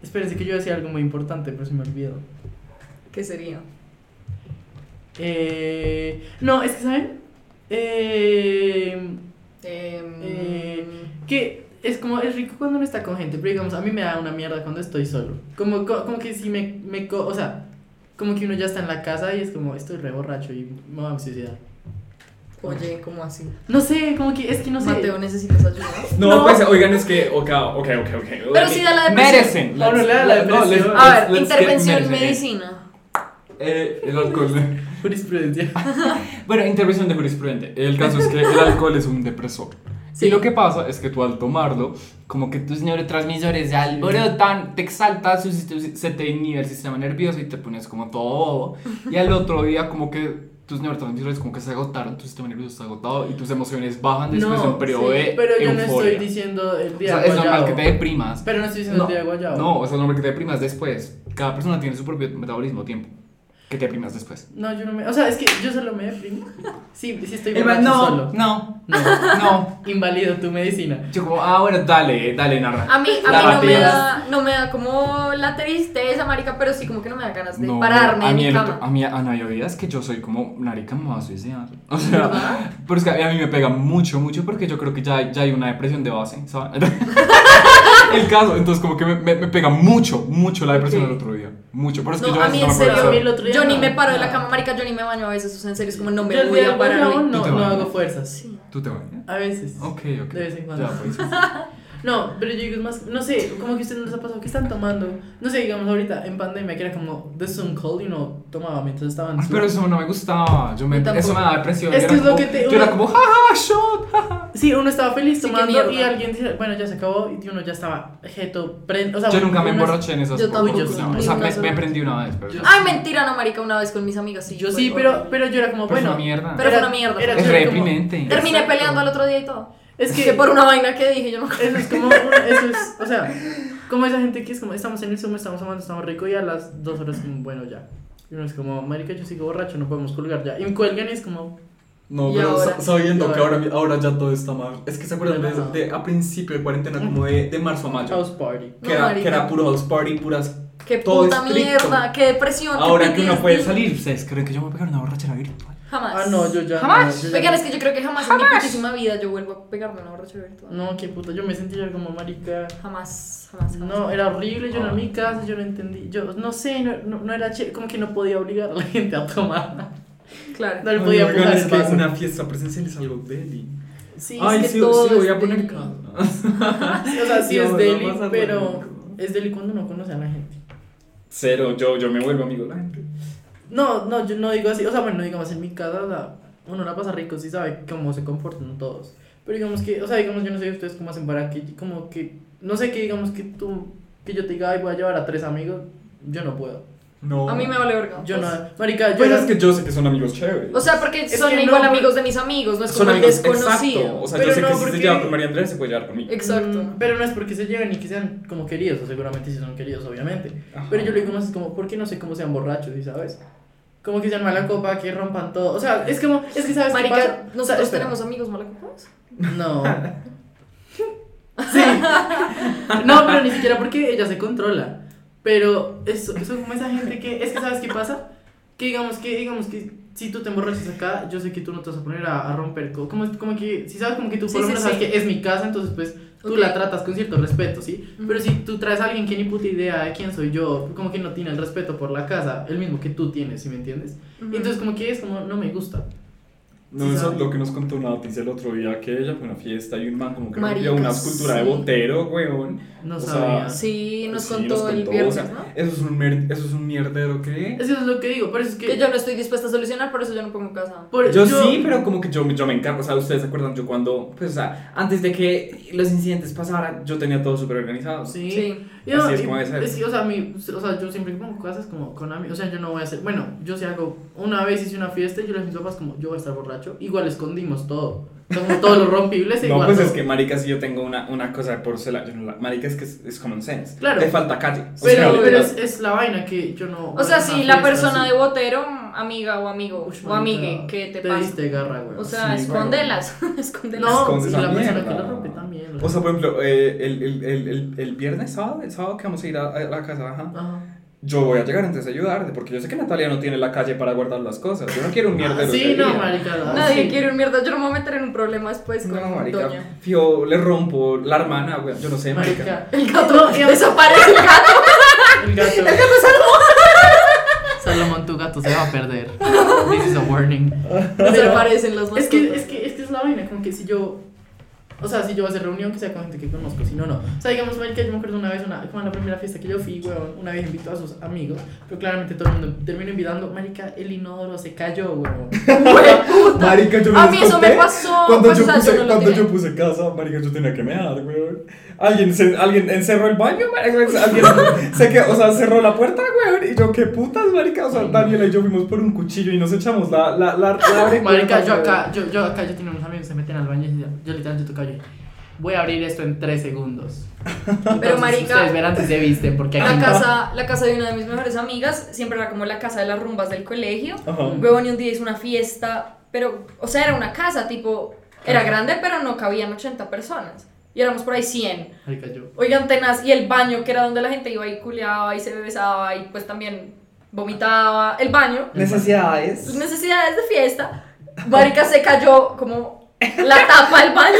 S2: Espérense que yo decía algo muy importante, pero se me olvidó.
S4: ¿qué sería?
S2: Eh, no, es que, ¿saben? Eh,
S4: Em,
S2: Eh, que es como, es rico cuando uno está con gente, pero digamos, a mí me da una mierda cuando estoy solo. Como, co- como que si me, me, co- o sea, como que uno ya está en la casa y es como, estoy re borracho y me voy a suicidar.
S4: Oye, ¿cómo así?
S2: No sé, como que, es que no sé.
S4: Mateo, ¿necesitas ayuda?
S8: No,
S2: No.
S8: pues oigan, es que. Ok, ok, ok. ok.
S4: Pero sí da la depresión.
S5: Merecen.
S2: No, no le da la
S5: No, let's-
S2: depresión.
S4: A
S5: let's-
S4: ver,
S5: let's get
S4: intervención
S5: medicine.
S4: medicina.
S5: Eh, el alcohol.
S2: Jurisprudencia.
S5: Ah, Bueno, intervención de jurisprudente. El caso es que el alcohol es un depresor.
S4: Sí.
S5: Y lo que pasa es que tú al tomarlo, como que tus neurotransmisores se alborotan, te exaltas, su sist- se te inhibe el sistema nervioso y te pones como todo bobo. Y al otro día como que tus neurotransmisores como que se agotaron, tu sistema nervioso está agotado y tus emociones bajan después de
S2: No,
S5: un periodo
S2: sí,
S5: de
S2: pero yo no
S5: euforia.
S2: estoy diciendo el
S5: O
S2: día
S5: sea, es normal
S2: guayabo.
S5: que te deprimas.
S2: Pero no estoy diciendo
S5: No,
S2: el día guayabo.
S5: no, o sea, es normal que te deprimas después. Cada persona tiene su propio metabolismo, tiempo. Que te deprimas después.
S2: No, yo no me, o sea, es que yo solo me deprimo. Sí, sí estoy
S5: El man,
S2: borracho
S5: no,
S2: solo.
S5: no,
S2: No,
S5: no.
S2: invalido tu medicina.
S5: [laughs] Yo como, ah, bueno, dale, dale, narra.
S4: A mí, a mí
S5: La
S4: no, me
S5: batida.
S4: da, no me da como la tristeza, marica, pero sí como que no me da ganas pues de
S5: No,
S4: pararme
S5: a
S4: en
S5: mí,
S4: mi
S5: el
S4: cama.
S5: otro- a mí, a no, yo digas que yo soy como, narica me va a suicidar. [laughs] O sea, pero es que a mí me pega mucho, mucho porque yo creo que ya, ya hay una depresión de
S4: [laughs]
S5: base, ¿sabes? el caso, entonces como que me, me- me pega mucho, mucho la depresión
S2: Ok.
S5: del otro día. Mucho, pero es que
S4: No,
S5: yo
S4: a
S5: veces
S4: mí
S5: no
S4: en
S5: me puedo
S4: serio,
S2: A mí
S5: hacer.
S2: el otro día
S4: yo ni
S2: no.
S4: me paro de la
S2: No.
S4: cama, marica, yo ni me baño a veces, o sea, en serio, es como no
S2: Yo
S4: me
S2: el
S4: voy
S2: día
S4: a parar.
S2: guayabo
S4: ahí.
S5: Tú
S2: no,
S5: te
S2: no
S5: bañas.
S2: hago fuerzas.
S4: Sí.
S5: ¿Tú te bañas?
S2: A veces.
S5: Ok, ok.
S2: De vez en cuando.
S5: Ya,
S2: [laughs]
S5: pues.
S2: No, pero yo digo, es más, no sé, como que a ustedes no les ha pasado, ¿qué están tomando? No sé, digamos ahorita en pandemia, que era como The Zoom Call y uno tomaba mientras estaban.
S5: Ay, Ah, Pero eso no me gustaba, yo me,
S4: Yo tampoco.
S5: eso me da depresión.
S2: Es
S5: yo
S2: que
S5: era
S2: es lo
S5: como-
S2: que te-
S5: Yo era
S2: uno-
S5: como, jaja, shot.
S2: Sí, uno estaba feliz
S4: Sí, qué
S2: tomando y
S4: mierda.
S2: alguien dice, bueno, ya se acabó y uno ya estaba jeto, prend... o sea,
S5: Yo nunca me
S2: uno-
S5: emborraché en esas
S4: Yo
S5: cosas,
S2: tampoco,
S5: no.
S2: ni
S5: O sea,
S4: una
S5: me,
S4: sola
S5: me
S4: vez.
S5: prendí una vez, pero...
S4: Ay, mentira, no, marica, una vez con mis amigas, sí.
S2: Yo
S4: fue
S2: sí,
S4: horrible.
S2: pero, pero yo era como,
S5: Pero es
S2: bueno.
S5: una mierda.
S4: Pero fue una mierda.
S5: Es
S2: yo
S5: re
S2: como-
S5: deprimente.
S4: Terminé
S2: Exacto.
S4: peleando al otro día y todo.
S2: Es
S4: [laughs] Que
S2: que
S4: por una vaina que dije, yo no
S2: Eso es como, un- eso es, o sea, como esa gente que es como, estamos en el Zoom, estamos tomando, estamos rico y a las dos horas como, bueno, ya. Y uno es como, marica, yo sigo borracho, no podemos colgar ya. Y me cuelgan y es como,
S8: No,
S4: Y
S8: pero
S4: ahora,
S8: sa- sabiendo
S2: y
S8: que
S2: ahora.
S8: ahora, ahora ya todo está mal. Es que se acuerdan
S2: Ya
S8: de,
S2: nada.
S8: de- a principio de cuarentena, como de, de marzo a mayo.
S2: house party.
S8: Que
S4: No,
S8: era,
S4: marica.
S8: que era puro house party, puras.
S4: Qué
S8: Todo
S4: puta
S8: estricto.
S4: mierda, qué depresión. qué
S8: Ahora que uno
S4: PTSD.
S8: puede
S5: salir, ¿ustedes creen que yo me voy a pegar una borrachera virtual?
S4: Jamás.
S2: Ah, no, yo ya.
S5: Jamás.
S2: No, yo ya-
S4: Oigan, es que yo creo que jamás, en mi putísima vida yo vuelvo a pegarme una borracha virtual.
S2: No, qué puta, yo me sentía como, marica.
S4: Jamás, jamás, jamás.
S2: No, era horrible, yo no en mi
S8: Ah.
S2: casa, yo no entendí. Yo, no sé, no, no, no era chévere, como que no podía obligar a la gente a tomar.
S8: [laughs]
S4: Claro.
S2: No le podía
S8: Oigan,
S2: empujar
S8: es
S2: el
S8: que
S2: vaso.
S8: una fiesta presencial es algo deli.
S2: Sí,
S4: Ay,
S2: es
S4: que todo
S8: voy a
S4: es
S8: poner
S4: deli.
S8: cara.
S2: que, o sea, sí
S8: Dios,
S2: es
S8: no
S2: deli,
S8: pasa
S2: pero
S8: nada.
S2: es deli cuando uno conoce a la gente.
S8: Cero, yo, yo me vuelvo amigo de la gente.
S2: No, no, yo no digo así. O sea, bueno, digamos, en mi casa, o sea, uno la pasa rico, sí sabe cómo se comportan todos. Pero digamos que, o sea, digamos, yo no sé ustedes cómo hacen para que, como que, no sé que digamos que tú, que yo te diga, ay, voy a llevar a tres amigos, yo no puedo.
S8: No.
S4: A mí me vale verga.
S2: Yo
S4: pues.
S2: no, marica, yo
S8: Pues
S2: no-
S8: es que yo sé que son amigos chéveres.
S4: O sea, porque
S2: Es
S4: son
S2: que no,
S4: igual
S2: por-
S4: amigos de mis amigos, no es
S8: son
S4: como el
S8: amigos Exacto.
S4: desconocido.
S8: O sea,
S2: Pero
S8: yo sé
S2: no,
S8: que si
S2: porque-
S8: se lleva con María Andrés, se puede llevar conmigo.
S4: Exacto.
S2: Mm, Pero no es porque se lleven y que sean como queridos, o seguramente sí son queridos, obviamente.
S8: Ajá.
S2: Eh, Pero yo lo digo más es como, ¿por qué no sé cómo sean borrachos, y sabes? Como que sean mala copa, que rompan todo. O sea, es como, es que sabes qué pasa?
S4: Marica,
S2: O sea,
S4: nosotros
S2: espera.
S4: [laughs] tenemos amigos malacopas.
S2: No. Sí. [laughs] No, pero ni siquiera porque ella se controla. Pero eso, eso es como esa gente que. Es que, ¿sabes qué pasa? Que digamos que, digamos que si tú te emborrachas acá, yo sé que tú no te vas a poner a, a romper. co- Como, como que, si sabes, como que tú por
S4: Sí,
S2: lo
S4: sí,
S2: menos sabes
S4: sí.
S2: que es mi casa, entonces pues tú
S4: Ok.
S2: la tratas con cierto respeto, ¿sí?
S4: Ujú.
S2: Pero si tú traes a alguien que ni puta idea de quién soy yo, como que no tiene el respeto por la casa, el mismo que tú tienes, ¿sí me entiendes? Y entonces, como que es como, no me gusta.
S5: No,
S2: Sí,
S5: eso
S2: sabe.
S5: es lo que nos contó una noticia el otro día, que ella fue a una fiesta y un man como que
S4: Marica,
S5: rompió una escultura de
S4: sí.
S5: Botero, weón.
S2: No
S5: O sea,
S2: sabía.
S4: Sí,
S2: pues
S4: nos
S5: Sí,
S4: contó el
S5: o
S4: viernes,
S5: sea,
S4: ¿no?
S5: eso, es un mer- eso es un mierdero, ¿qué?
S2: Eso es lo que digo, pero eso es que.
S4: Que yo no estoy dispuesta a solucionar, por eso yo no pongo casa.
S2: por-
S5: Yo, sí, pero como que yo, yo me encargo, o sea, ustedes se acuerdan, yo cuando, pues, o sea, antes de que los incidentes pasaran, yo tenía todo súper organizado.
S2: Sí.
S4: Sí.
S2: Yo,
S5: Así es
S2: y-
S5: como debe ser.
S2: es que, o, sea, mi- o sea, yo siempre que pongo cosas como con amigos, o sea, yo no voy a hacer, bueno, yo si hago, una vez hice una fiesta y yo le dije a mis papás como, yo voy a estar borracho, igual escondimos todo, o sea, como todos los
S5: [laughs]
S2: rompibles,
S5: No,
S2: igual
S5: pues
S2: todo.
S5: es que, marica, si yo tengo una, una cosa de porcelana, yo no la- marica, es que es, es common sense.
S2: Claro.
S5: Te falta calle. O sea,
S2: Pero,
S5: literal.
S2: pero es, es la vaina que yo no...
S4: O sea,
S2: una
S4: si la
S2: fiesta
S4: persona
S2: así.
S4: de botero, amiga o amigo
S2: Ush,
S4: o amigue,
S2: marica,
S4: ¿qué te
S2: Te
S4: pasa?
S2: diste garra, güey.
S4: O sea,
S5: Sí,
S4: escóndelas, [laughs] escóndelas.
S2: no,
S5: escondes
S2: si
S5: esa
S2: la persona que
S5: mierda.
S2: lo rompe también.
S5: O sea, por ejemplo, eh, el, el, el, el, el viernes, sábado, el sábado que vamos a ir a, a la casa, ajá.
S2: Ajá.
S5: Yo voy a llegar antes de ayudarte, porque yo sé que Natalia no tiene la calle para guardar las cosas. Yo no quiero un mierdero.
S2: Ah, Sí,
S5: ese
S2: no,
S5: día.
S2: marica. no,
S4: Nadie
S2: sí.
S4: quiere un mierda, yo no me voy a meter en un problema después con
S5: No,
S2: [laughs]
S5: marica.
S4: Doña.
S5: Fío, le rompo la hermana, güey. Yo no sé, marica.
S2: Marica.
S4: El [laughs] gato
S2: No, y-
S4: desaparece el gato.
S2: El gato.
S4: [laughs]
S2: Salomón, tu gato se va a perder.
S4: [laughs]
S2: This is a warning.
S4: Desaparecen las
S2: Es
S4: mascotas.
S2: que, es que, es que es la vaina, como que si yo. O sea, si yo voy a hacer reunión, que sea con gente que conozco, si no, no. O sea, digamos, que yo me acuerdo una vez, una, como en la primera fiesta que yo fui, weón, una vez invitó a sus amigos, pero claramente todo el mundo terminó invitando, marica, el inodoro se cayó, weón.
S5: Marica, yo
S4: A
S5: les
S4: mí eso
S5: conté.
S4: me pasó.
S5: Cuando,
S4: pues,
S5: yo
S4: o sea,
S5: puse,
S4: no lo
S5: cuando
S4: tenía.
S5: yo puse casa, marica, yo tenía que mear, weón. Alguien, se- alguien encerró el baño, marica.
S2: [laughs]
S5: Alguien se quedó, o sea, cerró la puerta, weón. Y yo, qué putas, marica. O sea, Daniela y yo fuimos por un cuchillo y nos echamos la... la, la,
S2: [laughs]
S5: la abre-
S2: Marica, yo
S5: weón.
S2: acá, yo, yo acá, yo tenía unos amigos que se meten al baño y yo, yo literalmente tocaba yo. Voy a abrir esto en tres segundos. Entonces,
S4: marica-
S2: Ustedes verán si se visten, porque aquí
S4: La
S2: no.
S4: casa, la casa de una de mis mejores amigas siempre era como la casa de las rumbas del colegio.
S5: Ajá.
S2: Mm.
S4: Huevón, y un día hizo una fiesta, pero, o sea, era una casa, tipo, era grande, pero no cabían 80 personas. Y éramos por ahí 100.
S2: Marica, yo.
S4: Oigan, tenaz, y el baño, que era donde la gente iba y culeaba y se besaba y pues también vomitaba. El baño, sus Pues
S5: Necesidades.
S4: necesidades de fiesta. Marica se cayó como la tapa del baño.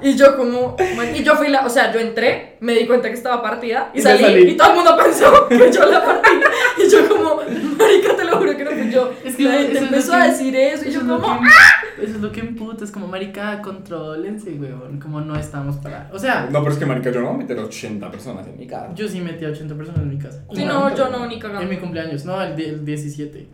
S4: Y yo como, man- y yo fui la, o sea, yo entré, me di cuenta que estaba partida y
S5: Y me
S4: salí,
S5: salí.
S4: y todo el mundo pensó que yo la partí. Y yo como, marica, te lo juro que no fui yo.
S2: Es que
S4: la
S2: eso-
S4: gente
S2: eso es lo
S4: empezó
S2: que-
S4: a decir eso y
S2: Eso
S4: yo ¡Ah!
S2: es lo
S4: como,
S2: que- eso es lo que emputa, es como, marica, contrólense, weón, como no estamos para... O sea,
S5: No, pero es que, marica, yo no voy a meter 80 personas en mi casa.
S2: yo sí metí a 80 personas en mi casa.
S4: "Ah". Sí, no, yo no, ni
S2: En mi
S4: cagando.
S2: cumpleaños, no, el, di- el 17.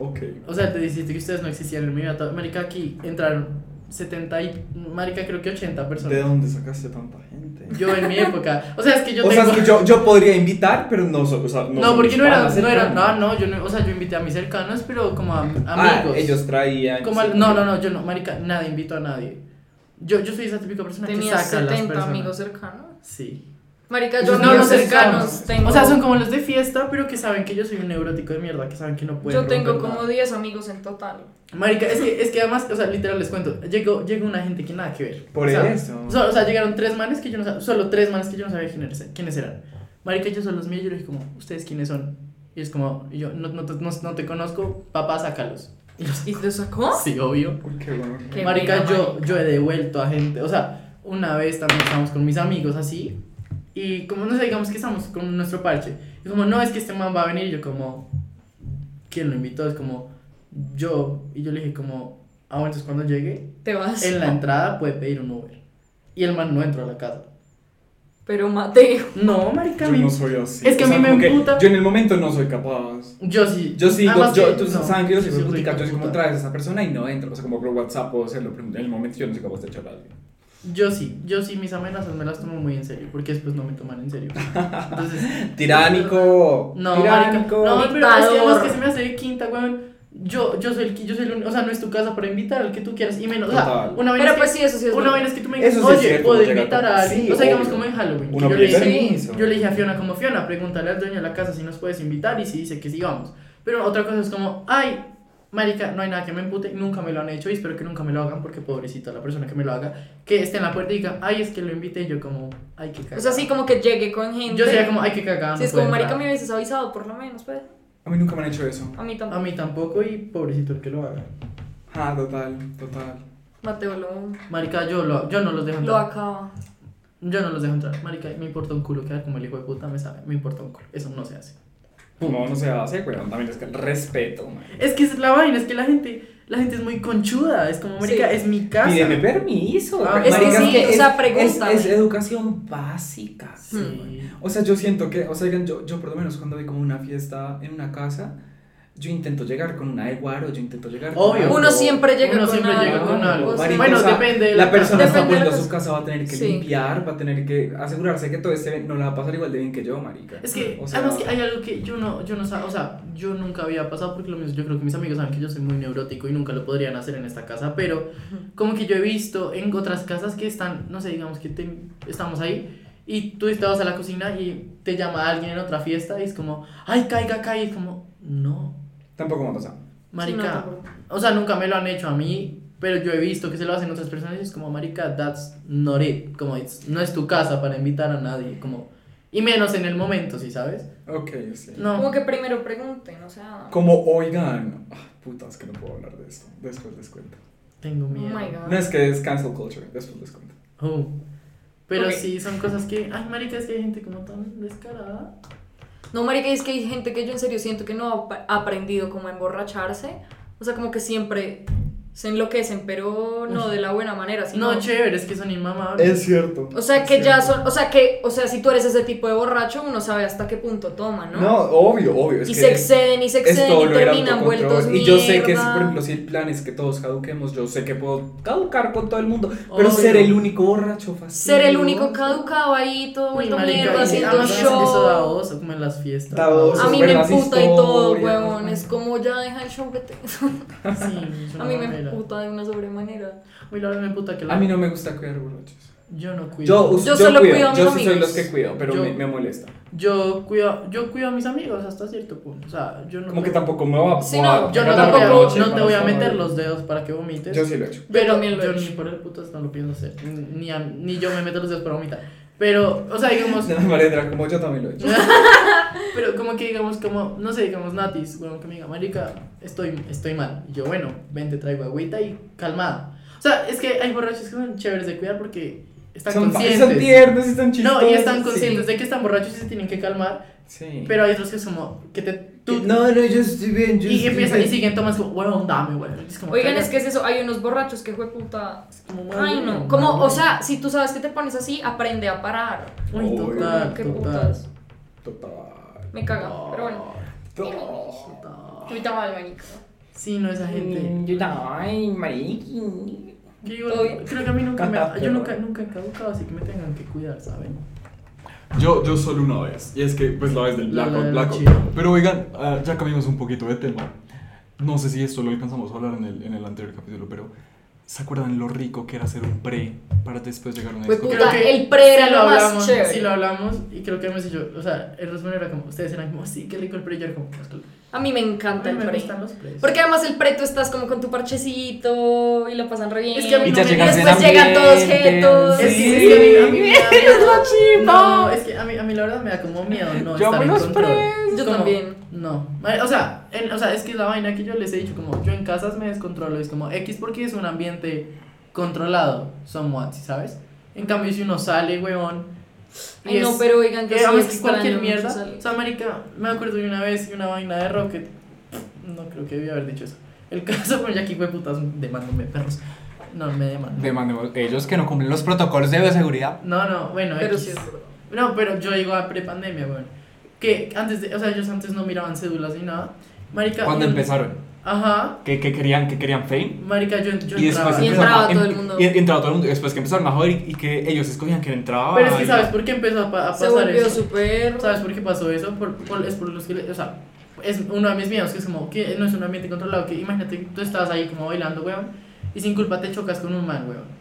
S5: Ok.
S2: O sea, el de 17 que ustedes no existían en mi vida. to- Marica, aquí entraron 70 y... Marica, creo que 80
S5: ¿De
S2: personas.
S5: dónde sacaste tanta gente?
S2: Yo en mi época. O sea, es que yo
S5: [laughs] o sea,
S2: tengo...
S5: es que yo, yo podría invitar, pero no... so- O sea, no,
S2: No,
S5: son
S2: porque
S5: mis
S2: no era,
S5: panas
S2: no era, no,
S5: cercanos.
S2: no, yo no, o sea, yo invité a mis cercanos, pero como a amigos.
S5: Ah, ellos traían...
S2: Como al- no, no, no, yo no, marica, nada, invito a nadie. Yo, yo soy esa típica persona que
S4: Tenía
S2: saca a las
S4: 70
S2: personas.
S4: amigos cercanos.
S2: Sí.
S4: Marica, yo
S2: No,
S4: amigos
S2: no sé,
S4: cercanos
S5: no.
S4: tengo.
S2: O sea, son como los de fiesta, pero que saben que yo soy un neurótico de mierda, que saben que no puedo.
S4: yo tengo como 10 amigos en total.
S2: Marica, es que, es que además, o sea, literal les cuento, llegó, llegó una gente que nada que ver.
S5: Por
S2: o sea,
S5: eso.
S2: so- o sea, llegaron tres manes que yo no sabía, solo tres manes que yo no sabía quién eres- quiénes eran. Marica, yo son los míos, yo le dije como, ¿ustedes quiénes son? Y es como, y yo no, no, te- no, no te conozco, papá, sácalos. Y yo,
S4: ¿Y te sacó?
S2: [laughs] sí, obvio.
S5: Uy, qué bueno.
S4: Qué
S2: marica,
S4: pena,
S2: yo, yo he devuelto a gente, o sea, una vez también estábamos con mis amigos así, y como, no sé, digamos que estamos con nuestro parche, y como, no, es que este man va a venir, y yo como, ¿quién lo invitó? Es como, yo, y yo le dije como, ah, bueno, entonces cuando llegue,
S4: Te vas.
S2: en la entrada puede pedir un Uber, y el man no entró a la casa.
S4: Pero Mateo.
S2: No, marica, a
S5: Yo
S2: mí-
S5: no soy así.
S2: Es que a mí me
S5: como
S2: emputa.
S5: Yo en el momento no soy capaz.
S2: yo sí,
S5: Yo sigo,
S2: además
S5: yo, tú
S2: no,
S5: saben que yo soy
S2: soy
S5: putica, yo soy como
S2: puta.
S5: traes a esa persona y no entro. O sea, como por WhatsApp puedo hacerlo, pero en el momento yo no soy capaz de echarle a alguien.
S2: Yo sí, yo sí, mis amenazas me las tomo muy en serio, porque después no me toman en
S5: [laughs]
S2: serio. Entonces...
S5: Tiránico.
S2: No, marica,
S5: tiránico.
S2: no, pero es que
S4: Dictador.
S2: además que se me hace de quinta, weón. Yo, yo soy el que, yo soy el único, o sea, no es tu casa para invitar al que tú quieras, y menos, o sea,
S5: Total.
S2: una vaina
S4: Pero
S2: es
S4: pues sí, eso sí
S2: que,
S4: es
S2: una
S4: bueno.
S2: vaina es que tú me digas,
S5: Eso sí es
S2: oye,
S5: cierto,
S2: puedo
S5: llega
S2: invitar
S5: como-
S2: a alguien,
S5: sí,
S2: o sea, digamos
S5: obvio.
S2: como en Halloween, que
S5: Uno
S2: yo le,
S5: piensa en
S2: dije,
S5: eso.
S2: yo le dije a Fiona como, Fiona, pregúntale al dueño de la casa si nos puedes invitar, y si dice que sí, vamos, pero otra cosa es como, ay, Marica, no hay nada que me empute, nunca me lo han hecho y espero que nunca me lo hagan porque pobrecita la persona que me lo haga, que esté en la puerta y diga, ay, es que lo invité, yo como, ay, qué cagada.
S4: O sea, sí, como que llegue con gente.
S2: Yo sería como, ay, qué cagada.
S4: Si
S2: no
S4: es como,
S2: puedo
S4: marica, me
S2: entrar".
S4: hubieses avisado, por lo menos, pues.
S5: A mí nunca me han hecho eso.
S4: A mí
S2: A
S4: tampoco.
S2: mí tampoco y pobrecito el que lo haga.
S5: Ah, total, total.
S4: Mateo lo,
S2: Marica, yo, lo, yo no los dejo
S4: lo
S2: entrar.
S4: acaba.
S2: Yo no los dejo entrar. Marica, me importa un culo quedar como el hijo de puta, me sabe. Me importa un culo. Eso no se hace.
S5: No, no se hace, güey. También es que el respeto, man.
S2: Es que esa es la vaina, es que la gente, la gente es muy conchuda. Es como, marica,
S4: Sí.
S2: es mi casa.
S5: Pídeme permiso.
S2: Ah,
S5: güey.
S2: es que
S5: Marica,
S2: sí,
S4: o sea, pregúntame.
S5: Es, es educación básica.
S2: Sí.
S5: O sea, yo siento que, o sea, oigan, yo, yo por lo menos cuando voy como a una fiesta en una casa, yo intento llegar con una iguaro, yo intento llegar
S2: Obvio.
S5: con
S4: Uno siempre llega
S2: Uno
S4: con
S2: siempre
S4: algo.
S2: llega con algo.
S4: o sea,
S5: Marica,
S2: Bueno,
S5: o sea,
S2: depende de
S5: la
S2: la
S5: persona
S4: casa.
S5: está
S4: Depende de la
S5: volviendo a su
S4: casa.
S5: casa, va a tener que
S4: Sí.
S5: limpiar, va a tener que asegurarse que todo este no la va a pasar igual de bien que yo, marica.
S2: Es que,
S5: O sea,
S2: además que hay algo que yo no, yo no sab- o sea, yo nunca había pasado porque lo mismo, yo creo que mis amigos saben que yo soy muy neurótico y nunca lo podrían hacer en esta casa, pero como que yo he visto en otras casas que están, no sé, digamos que te- estamos ahí y tú te vas a la cocina y te llama alguien en otra fiesta y es como, ay, caiga, caiga, y es como, no,
S5: tampoco me ha pasado.
S4: Sí, no,
S2: marica,
S4: tampoco.
S2: o sea, nunca me lo han hecho a mí, pero yo he visto que se lo hacen otras personas y es como, marica, that's not it, como, it's- no es tu casa para invitar a nadie, como, y menos en el momento, ¿sí sabes?
S5: Ok, sí.
S2: No.
S4: Como que primero pregunten, o sea.
S5: Como, oigan, ah, putas, que no puedo hablar de esto. Después les cuento.
S2: Tengo
S4: Oh
S2: miedo.
S4: my god.
S5: No es que es cancel culture, después les cuento.
S2: Oh. Pero
S4: Ok.
S2: sí, son cosas que. Ay, marica, es que hay gente como tan descarada.
S4: No, marica, es que hay gente que yo en serio siento que no ha pa- aprendido como a emborracharse. O sea, como que siempre se enloquecen, pero no de la buena manera, sino...
S2: No, chévere, es que son inmamables.
S5: Es cierto.
S4: O sea,
S5: es
S4: que ya
S5: cierto.
S4: son... O sea, que... O sea, si tú eres ese tipo de borracho, uno sabe hasta qué punto toma, ¿no?
S5: No, obvio, obvio. Es
S4: y
S5: que
S4: se exceden y se
S5: es
S4: exceden
S5: todo
S4: y
S5: lo del
S4: terminan
S5: autocontrol.
S4: vueltos
S5: Y yo sé que, si,
S4: mierda.
S5: por ejemplo, si el plan es que todos caduquemos, yo sé que puedo caducar con todo el mundo. Pero
S2: Obvio.
S5: ser el único borracho fácil.
S4: Ser el único caducado ahí, todo
S2: Uy,
S4: vuelto
S2: marica,
S4: mierda,
S2: y
S4: haciendo
S2: además hacen Eso da
S4: show.
S2: oso, como en las fiestas.
S5: Da oso,
S4: A mí
S5: ver
S4: me
S5: las
S4: emputa y todo,
S5: historias.
S4: huevón. Es como ya deja el show que te... [laughs]
S2: Sí, es una
S4: A mí me
S2: mamera.
S4: emputa de una sobremanera.
S2: Uy, la verdad me puta que la-
S5: A mí no me gusta cuidar borrachos.
S2: Yo no cuido.
S5: Yo, us-
S4: Yo solo cuido a mis
S5: Yo sí soy
S4: amigos.
S5: los que cuido, pero
S2: Yo-
S5: me, me molesta.
S2: Yo cuido, yo cuido a mis amigos hasta cierto punto. O sea, yo no.
S5: Como que tampoco me va
S4: Sí,
S5: voy
S4: no,
S5: a
S2: Yo no,
S5: ganar
S2: te voy, a,
S4: tampoco-
S5: noche
S2: no te
S5: para
S2: voy a
S5: saber.
S2: meter los dedos para que vomites.
S5: Yo sí lo he hecho. [laughs]
S2: Pero
S4: también lo he
S2: yo
S4: hecho.
S2: ni por el puto no lo pienso hacer. Ni, a- ni yo me meto los dedos para vomitar. Pero, o sea,
S5: [laughs]
S2: digamos.
S5: Mariandra, como yo también lo he hecho.
S2: Pero como que digamos, como, no sé, digamos, Natis, bueno, que me diga, marica, estoy, estoy mal. Y yo, bueno, ven, te traigo agüita y calmada. O sea, es que hay borrachos que son chéveres de cuidar porque están
S5: Son, pa-
S2: conscientes.
S5: son tiernos y son chistosos.
S2: no, y están
S5: sí.
S2: conscientes de que están borrachos y se tienen que calmar,
S5: Sí.
S2: pero hay otros que son como, que te... Tú,
S5: No, no, yo estoy bien. Yo
S2: y
S5: estoy
S2: empiezan y
S5: bien.
S2: siguen tomando, es como, bueno, dame, güey. Es como,
S4: Oigan,
S2: "Cállate".
S4: es que es eso, hay unos borrachos que jueputa.
S2: Es como,
S4: Ay,
S2: "Madre,
S4: no.
S2: madre".
S4: Como, o sea, si tú sabes que te pones así, aprende a parar.
S2: Uy, Ah, total,
S4: Qué
S2: total.
S4: putas.
S5: Total.
S4: Me caga. Pero bueno.
S2: Total.
S4: Ahorita mal, marica.
S2: Sí, no, esa gente.
S7: Yo ay, mariqui.
S2: Yo digo,
S4: Todo bien.
S2: creo que a mí nunca me ha,
S5: Cagaste,
S2: yo nunca, nunca he caducado, así que me tengan que cuidar, ¿saben?
S1: Yo, yo solo una vez. Y es que, pues la vez del
S2: La- la
S1: Blackout,
S2: del
S1: Blackout.
S2: archivo.
S1: Pero oigan, ah, ya cambiamos un poquito de tema. No sé si esto lo alcanzamos a hablar en el, en el anterior capítulo, pero ¿se acuerdan lo rico que era hacer un pre para después llegar a una
S4: Pues,
S1: discoteca?
S4: puta, el pre era
S2: sí
S4: lo más
S2: hablamos,
S4: chévere.
S2: Sí lo hablamos y creo que hemos dicho, o sea, el resumen era como, ustedes eran como, sí, qué rico el pre, y yo era como, "A
S4: A mí me encanta
S2: mí me
S4: el pre.
S2: gustan los pres.
S4: Porque además el preto estás como con tu parchecito y lo pasan re bien.
S2: Es que a mí
S7: Y
S2: no
S7: ya
S2: me-
S7: llegas
S4: después
S7: en
S4: llegan todos
S7: ambiente,
S4: jetos.
S2: Es
S7: sí.
S2: que, es que a mí, a
S4: [laughs]
S2: mí me da miedo. No,
S7: chiva.
S2: es que a mí, a mí la verdad me da como miedo, no,
S7: Yo
S2: estar
S7: amo
S2: en
S7: los
S2: control.
S7: pres.
S4: Yo
S2: Como,
S4: también.
S2: No, Vale, o sea, en- o sea, es que la vaina que yo les he dicho, como yo en casas me descontrolo, es como X porque es un ambiente controlado, somewhat, ¿sí ¿sabes? En cambio, si uno sale, weón. y
S4: Ay, no,
S2: es-
S4: pero oigan, yo
S2: Eh,
S4: sí
S2: vamos, que
S4: extraño
S2: cualquier
S4: mucho
S2: mierda.
S4: salir.
S2: O sea, marica, me acuerdo de una vez y una vaina de Rocket. No creo que debía haber dicho eso. El caso, [laughs] pero ya aquí, güey, putas, demándome, perros. No, me demandan.
S7: Demandemos ellos que no cumplen los protocolos de bioseguridad.
S2: no, no, bueno,
S4: Pero
S2: X.
S4: sí es verdad.
S2: No, pero yo digo a prepandemia, weón. Que antes, de, o sea, ellos antes no miraban cédulas ni nada. Marica.
S7: Cuando
S2: un-
S7: empezaron.
S2: Ajá.
S1: ¿Qué, qué querían? ¿Qué querían fame?
S2: Marica, yo, yo
S1: y después
S2: entraba.
S1: empezaron
S4: Y entraba
S1: a-
S4: todo
S1: em-
S4: el mundo.
S1: Y, entraba todo el mundo. Después que empezaron a joder y, y que ellos escogían que entraba.
S2: Pero es que,
S1: y-
S2: ¿sabes por qué empezó a, pa- a
S4: Se
S2: pasar
S4: volvió
S2: eso?
S4: súper.
S2: ¿Sabes por qué pasó eso? Por, por- es por los que, le- o sea, es uno de mis miedos, que es como, que no es un ambiente controlado, que imagínate, tú estás ahí como bailando, weón, y sin culpa te chocas con un man, weón.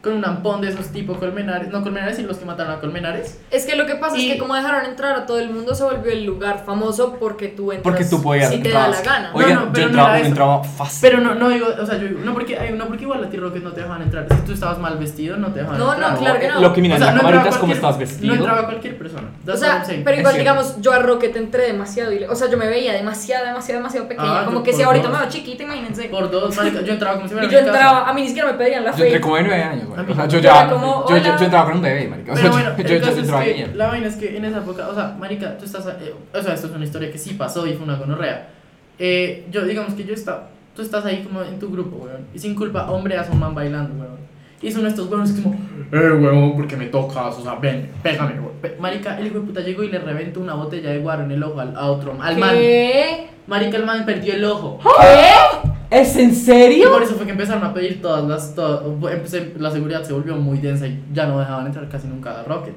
S2: con un ampón de esos tipo colmenares, no colmenares, sino los que mataron a colmenares.
S4: Es que lo que pasa
S2: Y-
S4: es que como dejaron entrar a todo el mundo, se volvió el lugar famoso porque tú entras
S7: Porque tú podías
S4: si te da
S7: entrar.
S4: la gana.
S7: Oigan,
S2: No, no,
S7: yo
S2: pero no
S7: entraba,
S2: era
S7: yo
S2: eso.
S7: entraba fácil.
S2: Pero no, no digo, o sea, yo digo, no porque, ay, no porque igual a ti Rocket no te dejaban entrar. Si tú estabas mal vestido, no te dejaban
S4: No,
S2: entrar.
S4: no, claro que no.
S7: eh, Lo que mira
S2: O
S7: en
S2: sea,
S7: la
S2: no
S7: cámara ahorita
S2: entraba
S7: es cómo
S2: cualquier-
S7: estás vestido.
S2: No entraba cualquier persona.
S4: O
S2: That's what
S4: sea,
S2: I'm saying.
S4: pero igual,
S7: Es cierto.
S4: digamos, yo a Rocket entré demasiado. y- O sea, yo me veía demasiado, demasiado, demasiado pequeña.
S2: Ah,
S4: como
S2: yo
S4: que si
S2: por
S4: ahorita
S2: dos.
S4: me veo chiquita, imagínense.
S2: Por dos, marica, yo entraba como si fuera
S4: Y [laughs] yo
S2: mi casa.
S4: entraba, a mí ni siquiera me pedían la
S7: Yo entré
S4: fe.
S7: como de 9 años, güey. O sea, yo
S4: Yo era
S7: ya.
S4: como,
S7: Yo, yo, yo
S4: hola.
S7: entraba con un bebé, marica. O sea, [laughs]
S2: Pero bueno,
S7: yo, yo,
S2: el
S7: yo,
S2: caso es
S7: entraba
S2: que
S7: niña.
S2: la vaina es que en esa época, o sea, marica, tú estás, eh, o sea, esto es una historia que sí pasó y fue una gonorrea. Eh, yo, digamos que yo estaba, tú estás ahí como en tu grupo, weón, y sin culpa, hombre, hace un man bailando, weón. Y es uno de estos huevones que es como, eh, weón, porque me tocas, o sea, ven, pégame, weón. Pe- Marica, el hijo de puta llegó y le reventó una botella de guaro en el ojo al, a otro, al man.
S4: ¿Qué?
S2: Marica, el man perdió el ojo.
S7: ¿Es en
S2: Y
S7: serio?
S2: por eso fue que empezaron a pedir todas las. todas- empecé- la seguridad se volvió muy densa y ya no dejaban entrar casi nunca a Rocket.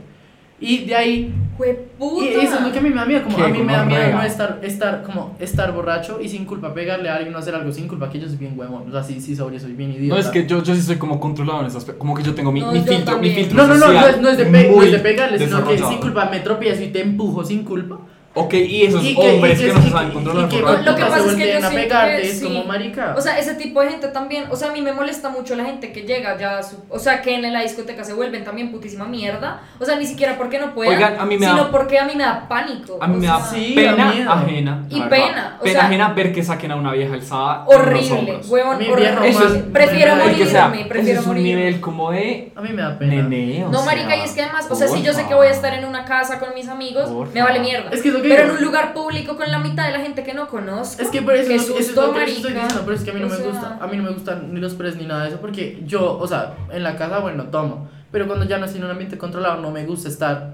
S2: Y de ahí
S4: Jueputa.
S2: Y eso es lo que a mí me da miedo, como
S7: Qué
S2: a mí me da miedo
S7: gonorrea.
S2: no estar, estar, como estar borracho y sin culpa pegarle a alguien o hacer algo sin culpa, que yo soy bien huevón, o sea, sí, sí, sobre soy bien
S1: No,
S2: idiota.
S1: es que yo, yo sí soy como controlado en esas. Como que yo tengo mi,
S4: No,
S1: mi
S4: yo
S1: filtro, mi
S4: también.
S1: filtro.
S2: No, no, no, no
S1: social
S2: es, no es de, pe- no es
S1: muy
S2: de pegarle, sino que
S1: desarrollado.
S2: sin culpa me tropiezo y te empujo sin culpa.
S1: Ok, y esos
S2: y
S1: hombres que,
S2: y
S1: no
S2: y
S1: se saben controlar.
S2: y que
S1: por
S4: Lo
S1: rato,
S4: que
S2: nunca
S1: claro.
S4: pasa
S2: se
S4: es que yo
S2: volteen a
S4: siento
S2: pegarte,
S4: que
S2: es
S4: sí.
S2: como marica.
S4: O sea, ese tipo de gente también, o sea, a mí me molesta mucho la gente que llega ya, a su- o sea, que en la discoteca se vuelven también putísima mierda, o sea, ni siquiera porque no puedan,
S7: Oigan, a mí me da-
S4: sino porque a mí me da pánico.
S7: A mí
S4: o
S7: me da
S4: sea,
S2: sí, da miedo.
S7: pena ajena.
S4: Y
S7: la verdad.
S4: pena, o
S7: Pena
S4: sea-
S7: ajena ver que saquen a una vieja alzada. con los
S4: horrible,
S7: hombros.
S4: huevón,
S2: Mi
S4: horrible.
S2: viejo
S7: Eso es-
S2: man-
S4: prefiero
S2: man-
S7: El que
S4: morirme,
S7: sea, ese
S4: prefiero
S7: es un
S4: morirme.
S7: nivel como de
S2: a mí me da pena.
S7: neneo.
S4: No, marica, y es que además, o sea, si yo sé que voy a estar en una casa con mis amigos,
S7: Porfa.
S4: me vale mierda.
S2: Es que es lo que
S4: Pero en
S2: digo.
S4: un lugar público con la mitad de la gente que no conozco.
S2: Es que por eso,
S4: qué
S2: es lo- eso es
S4: susto,
S2: lo que les estoy
S4: marica.
S2: diciendo, pero es que a mí no
S4: O
S2: me
S4: sea-
S2: gusta, a mí no me gustan ni los pres ni nada de eso, porque yo, o sea, en la casa, bueno, tomo, pero cuando ya no estoy en un ambiente controlado, no me gusta estar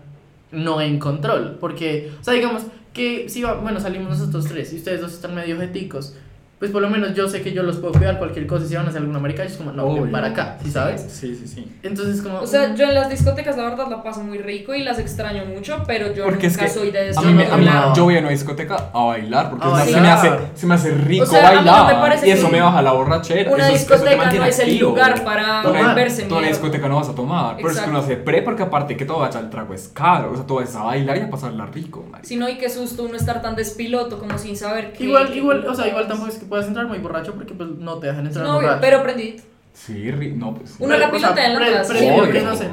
S2: no en control, porque, o sea, digamos que si, va- bueno, salimos nosotros tres y ustedes dos están medio jeticos, pues por lo menos yo sé que yo los puedo cuidar cualquier cosa, si van a hacer alguna marica, yo es como, no, ven
S1: Obvio.
S2: para acá, ¿sí sabes?
S1: Sí, sí, sí.
S2: Entonces como...
S4: O sea,
S2: mm,
S4: yo en las discotecas la verdad la paso muy rico y las extraño mucho, pero yo
S7: Porque es
S4: nunca
S7: que
S4: soy de eso.
S7: A mí me, a mí-
S2: Claro.
S7: yo voy a una discoteca a bailar porque
S2: A
S7: o sea,
S2: bailar.
S7: Se, me hace, se me hace rico
S4: O sea, a mí no me
S7: bailar
S4: parece
S7: y eso
S4: que
S7: me baja la borrachera.
S4: Una
S7: eso es- eso te
S4: discoteca no
S7: mantiene
S4: es el
S7: activo.
S4: lugar para
S7: Tú en la-
S4: volverse
S7: Tú en la
S4: mierda.
S7: discoteca no vas a tomar, pero es que
S4: Exacto.
S7: uno hace pre porque aparte que todo va a echar el trago es caro, o sea, tú vas a bailar y a pasarla rico, marica.
S4: Si no, y qué susto uno estar tan despiloto como sin saber qué.
S2: Igual, igual, o sea, igual tampoco es que puedas entrar muy borracho porque pues no te dejan entrar
S4: No, obvio,
S2: borracho.
S4: pero aprendí.
S7: Sí, ri- no pues.
S4: Uno la
S2: Pero, o sea,
S4: pilotea en
S2: pre-
S4: la casa.
S2: prefiero que
S7: Obvio.
S2: no se-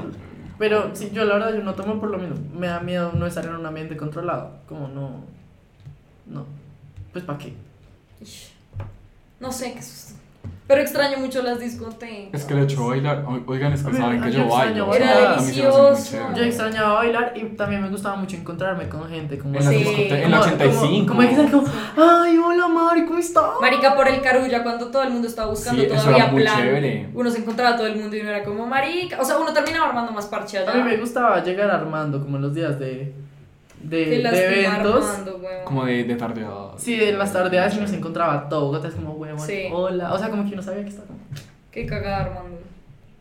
S2: Pero sí, yo la verdad yo no tomo por lo menos. Me da miedo no estar en un ambiente controlado. Como no. No. Pues para qué.
S4: No sé qué susto. Pero extraño mucho las discotecas.
S7: Es que le echo bailar, o- oigan, es que
S2: A ver,
S7: saben que
S2: yo
S7: yo
S2: extraño
S7: bailo. o sea,
S4: bailar.
S7: a mí se me hace muy
S4: Delicioso.
S7: chévere.
S2: Yo extrañaba bailar y también me gustaba mucho encontrarme con gente. Como
S7: En la
S4: Sí.
S7: discoteca, en
S2: como-
S7: la 85.
S2: Como, como hay que estar como, ay, hola Mari, ¿cómo estás?
S4: Marica por el carulla, cuando todo el mundo estaba buscando
S7: Sí, eso
S4: todavía
S7: era muy
S4: plan.
S7: chévere.
S4: Uno se encontraba a todo el mundo y uno era como marica. O sea, uno terminaba armando más parche allá.
S2: A mí me gustaba llegar armando como en los días de, de,
S4: Qué
S2: de
S4: lástima
S2: eventos.
S4: Armando, weón.
S7: Como de, de tardeadas.
S2: Sí, en las tardeadas nos encontraba todo. Gotas como, huevón,
S4: Sí.
S2: hola. O sea, como que uno sabía que estaba como,
S4: Qué cagada Armando.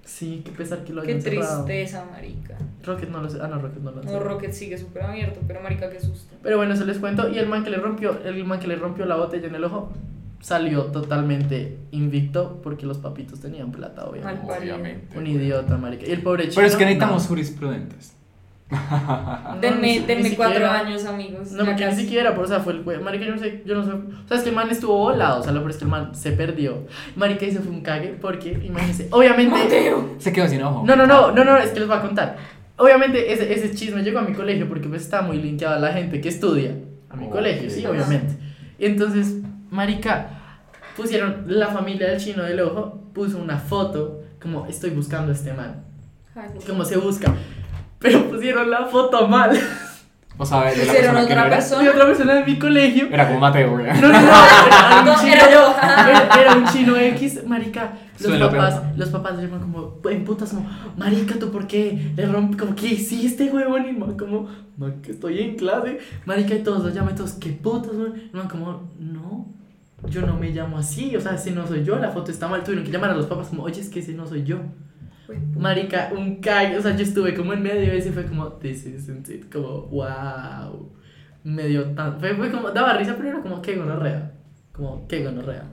S2: sí, qué pesar que lo
S4: Qué
S2: hayan cerrado.
S4: tristeza, marica.
S2: Rocket no lo sé. Ah, no, Rocket no lo
S4: No,
S2: sé.
S4: Rocket sigue súper abierto, pero marica, qué susto.
S2: Pero bueno, eso les cuento. Y el man que le rompió, el man que le rompió la botella en el ojo salió totalmente invicto porque los papitos tenían plata, obviamente.
S4: Mal parido.
S7: Obviamente.
S2: Un idiota, marica. Y el pobre chico.
S7: Pero es que necesitamos jurisprudentes.
S4: Denme, denme cuatro años, amigos.
S2: No,
S4: ya
S2: porque ni
S4: casi.
S2: siquiera, por, o sea, fue el güey. Marica, yo no sé, yo no sé. O sea, es que el man estuvo volado, o sea, lo peor es que el man se perdió. Marica, eso fue un cague, porque, imagínense, obviamente.
S4: Mateo.
S7: Se quedó sin ojo.
S2: No, no, no, no, no, es que les voy a contar. Obviamente ese, ese chisme llegó a mi colegio porque pues está muy linkeado a la gente que estudia. A mi
S7: Ok.
S2: colegio, sí, obviamente. Entonces, marica, pusieron la familia del chino del ojo, puso una foto como estoy buscando a este man.
S4: Ay, güey.
S2: Como se busca. Pero pusieron la foto mal. [laughs]
S7: O sea, de la
S4: Hicieron
S7: persona que no
S4: otra
S7: era.
S2: Y
S4: persona.
S2: otra persona de mi colegio.
S7: Era como Mateo, güey.
S2: No, no, no, era un
S4: No,
S2: chino,
S4: era yo.
S2: era- era un chino X, marica. Los
S7: Suena
S2: papás, los papás le llaman como, en putas, como, marica, ¿tú por qué le rompí? Como, ¿qué hiciste, huevón? Y el man como, man, que estoy en clase. Marica, y todos lo llaman, y todos, ¿qué putas, huevón? Y el man como, no, yo no me llamo así, o sea, ese no soy yo, la foto está mal. Tuvieron que llamar a los papás como, oye, es que ese no soy yo. Marica, un cague, o sea, yo estuve como en medio y ese fue como, this isn't it, como, wow. Medio tan. Fue, fue como, daba risa, pero era como, qué gonorrea. Como, qué gonorrea.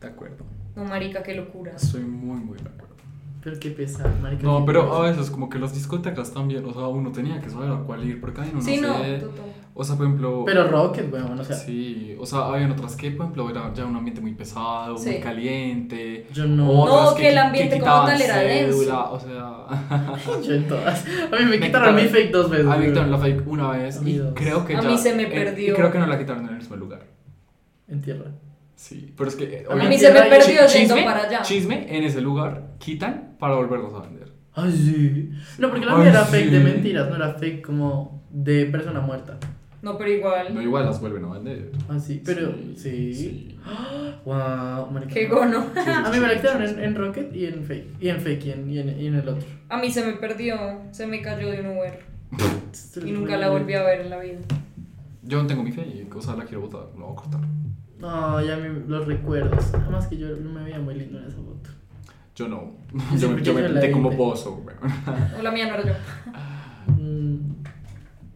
S1: De acuerdo.
S4: No, marica, qué locura.
S1: Estoy muy, muy de acuerdo.
S2: Pero qué pesar, marica.
S1: No,
S2: qué
S1: pero
S2: pesar.
S1: a veces como que las discotecas también, o sea, uno tenía que saber a cuál ir, porque hay uno
S4: Sí, no,
S1: sé.
S4: total.
S1: O sea, por ejemplo...
S2: Pero Rocket, weón, o sea,
S1: Sí, o sea, habían otras que, por ejemplo, era ya un ambiente muy pesado,
S4: Sí.
S1: muy caliente.
S2: yo no.
S1: otras
S4: No, que el ambiente como
S1: quitaban
S4: tal era denso.
S1: cédula, O sea, [laughs]
S2: Yo en todas. A mí me,
S1: Me
S2: quitaron mi
S1: quitaron-
S2: fake dos veces.
S1: a mí
S2: weón.
S1: quitaron la fake una vez
S2: A mí
S1: y
S2: dos.
S1: creo que
S4: A
S1: ya-
S4: mí se me
S1: eh, y
S4: perdió.
S1: creo que no la quitaron en el mismo lugar.
S2: En tierra.
S1: Sí, pero es que... eh,
S2: A
S4: A mí
S1: obviamente-
S4: se me
S2: Obviamente,
S4: perdió yendo
S1: chisme,
S4: para allá.
S1: chisme, en ese lugar quitan para volverlos a vender.
S2: Ay, sí. No, porque la
S1: Ay,
S2: mía era
S1: sí.
S2: fake de mentiras, no era fake como de persona muerta.
S4: No, pero igual.
S1: No, igual las vuelven a vender.
S2: Así, pero sí. [gasps]
S1: sí.
S2: Wow, marica.
S4: Qué gono.
S2: A mí Ah, me la quitaron en, en Rocket y en fake. Y en fake y en, y en, y en el otro.
S4: A mí se me perdió, se me cayó de un Uber y nunca la volví a ver en la vida.
S1: Yo no tengo mi fe, o sea, la quiero botar, la voy a cortar.
S2: No, ya me, los recuerdos. Además que yo me veía muy lindo en esa foto.
S1: Yo no.
S2: Yo
S1: Yo, me-
S2: siempre
S1: yo me
S2: quise la
S1: pinté como
S2: gente.
S1: bozo, weón.
S4: O la mía no era yo. Ah,
S2: Mm.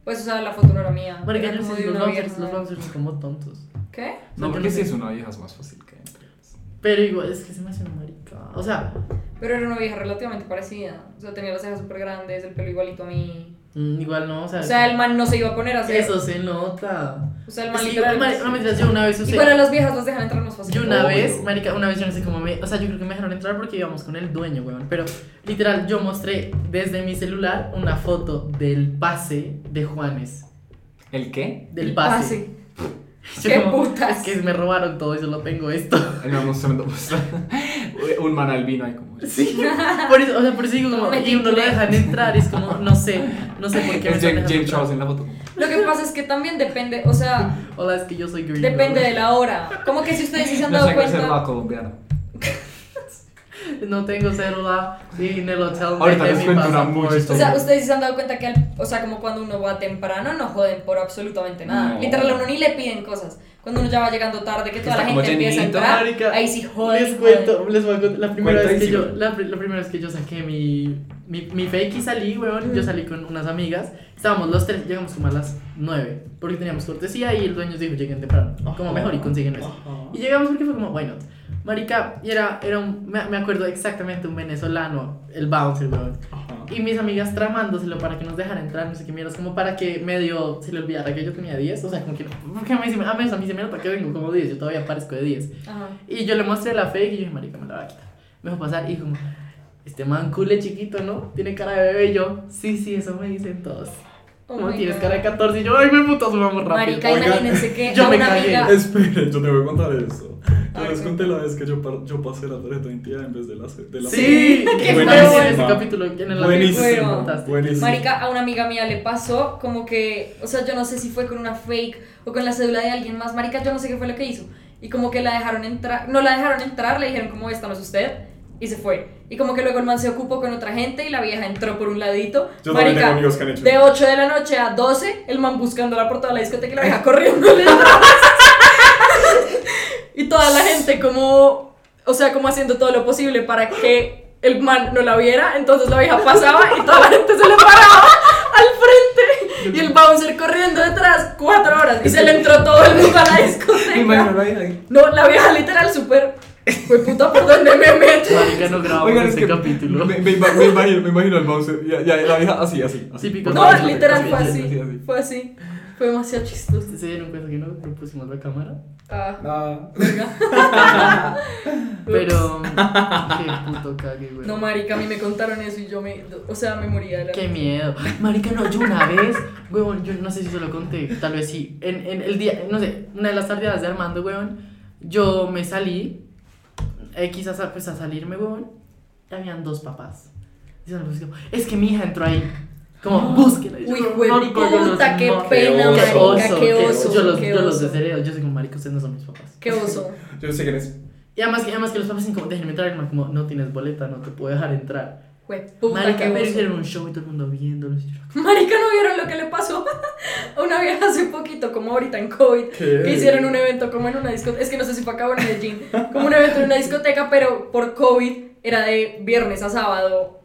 S4: Pues, o sea, la foto no era mía.
S2: Marica,
S4: era
S2: yo
S4: como
S2: sé,
S4: de
S2: los
S4: una ¿eh?
S2: bouncers, los
S4: vieja.
S2: bouncers son como tontos.
S4: ¿Qué?
S1: No,
S2: yo
S1: porque
S2: no
S1: si
S2: sé.
S1: es una vieja es más fácil que entre.
S2: Pero igual, es que se me hace una marica. O sea,
S4: Pero era una vieja relativamente parecida. O sea, tenía las cejas súper grandes, el pelo igualito a mí.
S2: mm, igual no, o sea.
S4: O sea, el man no se iba a poner así.
S2: Eso se nota.
S4: O sea, el man
S2: Sí,
S4: literal-
S2: mari- no, mentiras, yo una vez usé.
S4: Y para las viejas las dejan entrar más fácil. Oh,
S2: Yo una
S1: Obvio.
S2: vez, marica, una vez yo no sé cómo me... O sea, yo creo que me dejaron entrar porque íbamos con el dueño, weón. Pero, literal, yo mostré desde mi celular una foto del pase de Juanes.
S7: ¿El qué?
S2: Del
S4: Ah,
S2: pase. [laughs]
S4: sí. ¡Qué putas!
S2: Que me robaron todo y solo tengo esto.
S1: Ahí me vamos mostrando
S2: [laughs]
S1: un man albino ahí como.
S2: Sí. Por eso, o sea, por eso digo como...
S4: Me
S2: Y uno lo
S4: titulé.
S2: dejan entrar y es como, no sé, no sé por qué me
S1: Es
S2: están
S1: James,
S2: dejando
S1: James
S2: entrar.
S1: Charles en la foto. como,
S4: Lo que pasa es que también depende, o sea,
S2: Hola, es que yo soy gringo.
S4: depende de la hora. Como que si ustedes sí se han
S1: No
S4: dado
S1: sé qué ser
S4: cuenta.
S1: la colombiana.
S2: No tengo celular y en el hotel
S1: Ahorita
S2: dejé
S1: les
S2: mi
S1: cuento una
S2: pasaporte.
S1: muy
S4: O
S1: chistosa.
S4: sea, ustedes sí se han dado cuenta que, al- o sea, como cuando uno va temprano, no joden por absolutamente nada.
S1: No.
S4: Literal, a uno ni le piden cosas. Cuando uno ya va llegando tarde, que toda la
S1: está como
S4: gente empieza a
S1: llenito,
S4: entrar,
S2: marica.
S4: Ah, ahí sí joden.
S2: Les
S4: joden.
S2: cuento, les voy a contar. La primera,
S1: Cuenta
S2: vez
S1: y
S2: que yo,
S1: sigue.
S2: la, pri- la primera vez que yo saqué mi, mi, mi fake y salí, weón, yo
S4: Mm.
S2: salí con unas amigas. Estábamos los tres, llegamos como a las 9, porque teníamos cortesía y el dueño dijo, lleguen temprano, como mejor y consiguen eso.
S5: oh.
S2: Y llegamos porque fue como, bueno, marica, y era, era un, me, me acuerdo exactamente un venezolano, el bouncer, weón. Y mis amigas tramándoselo para que nos dejara entrar, no sé qué mierdas, como para que medio se le olvidara que yo tenía 10, o sea, como que, no, porque a mí, se me- a mí, a mí se me nota que vengo como 10, yo todavía parezco de 10.
S4: Ajá.
S2: Y yo le mostré la fake y yo dije, marica, me la va a quitar. Me dejó pasar y como, este man cule chiquito, ¿no? Tiene cara de bebé. Y yo, sí, sí, eso me dicen todos.
S4: Oh
S2: Como
S4: my
S2: tienes
S4: God.
S2: cara de 14. Y yo, ay, me putas, vamos rápido.
S4: Marica,
S5: Oigan,
S4: imagínense que
S2: yo
S4: a
S2: me
S4: una
S2: cagué.
S4: amiga.
S5: Esperen, yo te voy a contar esto.
S4: Ay,
S5: Yo les
S4: qué
S5: conté la vez que yo, par- yo pasé la tarjeta de identidad en vez de la, de la
S2: Sí,
S4: Qué
S2: que fue
S4: buenísimo.
S2: en ese capítulo en el
S5: Buenísimo.
S2: que
S4: Bueno.
S2: contaste.
S5: Buenísimo.
S4: Marica, a una amiga mía le pasó como que, o sea, yo no sé si fue con una fake o con la cédula de alguien más. Marica, yo no sé qué fue lo que hizo. Y como que la dejaron entrar, no la dejaron entrar, le dijeron como esta no es usted y se fue. Y como que luego el man se ocupó con otra gente y la vieja entró por un ladito.
S5: Yo también tengo
S4: Marica,
S5: amigos que han hecho
S4: de
S5: eso.
S4: 8 de la noche a 12, el man buscando la portada de la discoteca y la vieja
S5: [laughs]
S4: corriendo. [laughs] y toda la gente como, o sea, como haciendo todo lo posible para que el man no la viera. Entonces la vieja pasaba y toda la gente se le paraba al frente. Y el bouncer corriendo detrás cuatro horas. Y se le entró todo el mundo a la discoteca. No, la vieja literal súper... Fue puta, ¿por dónde me meto?
S2: Marica, no grabamos
S1: Oigan, es
S2: ese
S1: que
S2: capítulo.
S1: Me, me ima- me imagino, me imagino al mouse. Ya, ya, la vieja así, así. así.
S2: Típico.
S1: Por
S4: No,
S1: favor,
S4: literal fue
S1: así,
S4: así.
S1: así.
S4: Fue así. Fue demasiado chistoso.
S2: ¿Se dieron cuenta que no no pusimos la cámara?
S4: Ah,
S5: Ah,
S4: verga. [laughs]
S2: Pero. Qué puto cague, güey.
S4: No, marica, a mí me contaron eso y yo me... O sea, me moría de la...
S2: Qué miedo. Marica, no, yo una vez, weón, yo no sé si se lo conté, tal vez sí. En, en el día, no sé, una de las tardeadas de Armando, weón, yo me salí, eh, quizás a, pues a salirme, weón, y habían dos papás. Dicen, pues, como, es que mi hija entró ahí.
S4: [gasps]
S2: Como, búsquela. Y yo,
S4: Uy,
S2: como,
S4: güey,
S2: marica, yo los
S4: puta, qué
S2: mato.
S4: pena,
S5: Qué
S4: marica,
S5: oso,
S4: qué oso,
S2: Yo los,
S4: qué
S2: yo los
S4: oso.
S2: deshereo, yo soy como, marica, ustedes no son mis papás.
S4: Qué oso.
S5: yo sé quién es.
S2: Y además, que- además que los papás dicen como, déjenme entrar, y como, como, no tienes boleta, no te puedo dejar entrar.
S4: Güey, puta,
S2: marica,
S4: qué
S2: pero
S4: oso.
S2: hicieron un show y todo el mundo viéndolos. y yo,
S4: [laughs] Marica, ¿no vieron lo que le pasó [laughs] a una vieja hace poquito, como ahorita en COVID?
S5: ¿Qué?
S4: Que hicieron un evento como en una discoteca, es que no sé si fue acá o en Medellín, como un evento en una discoteca, pero por COVID era de viernes a sábado,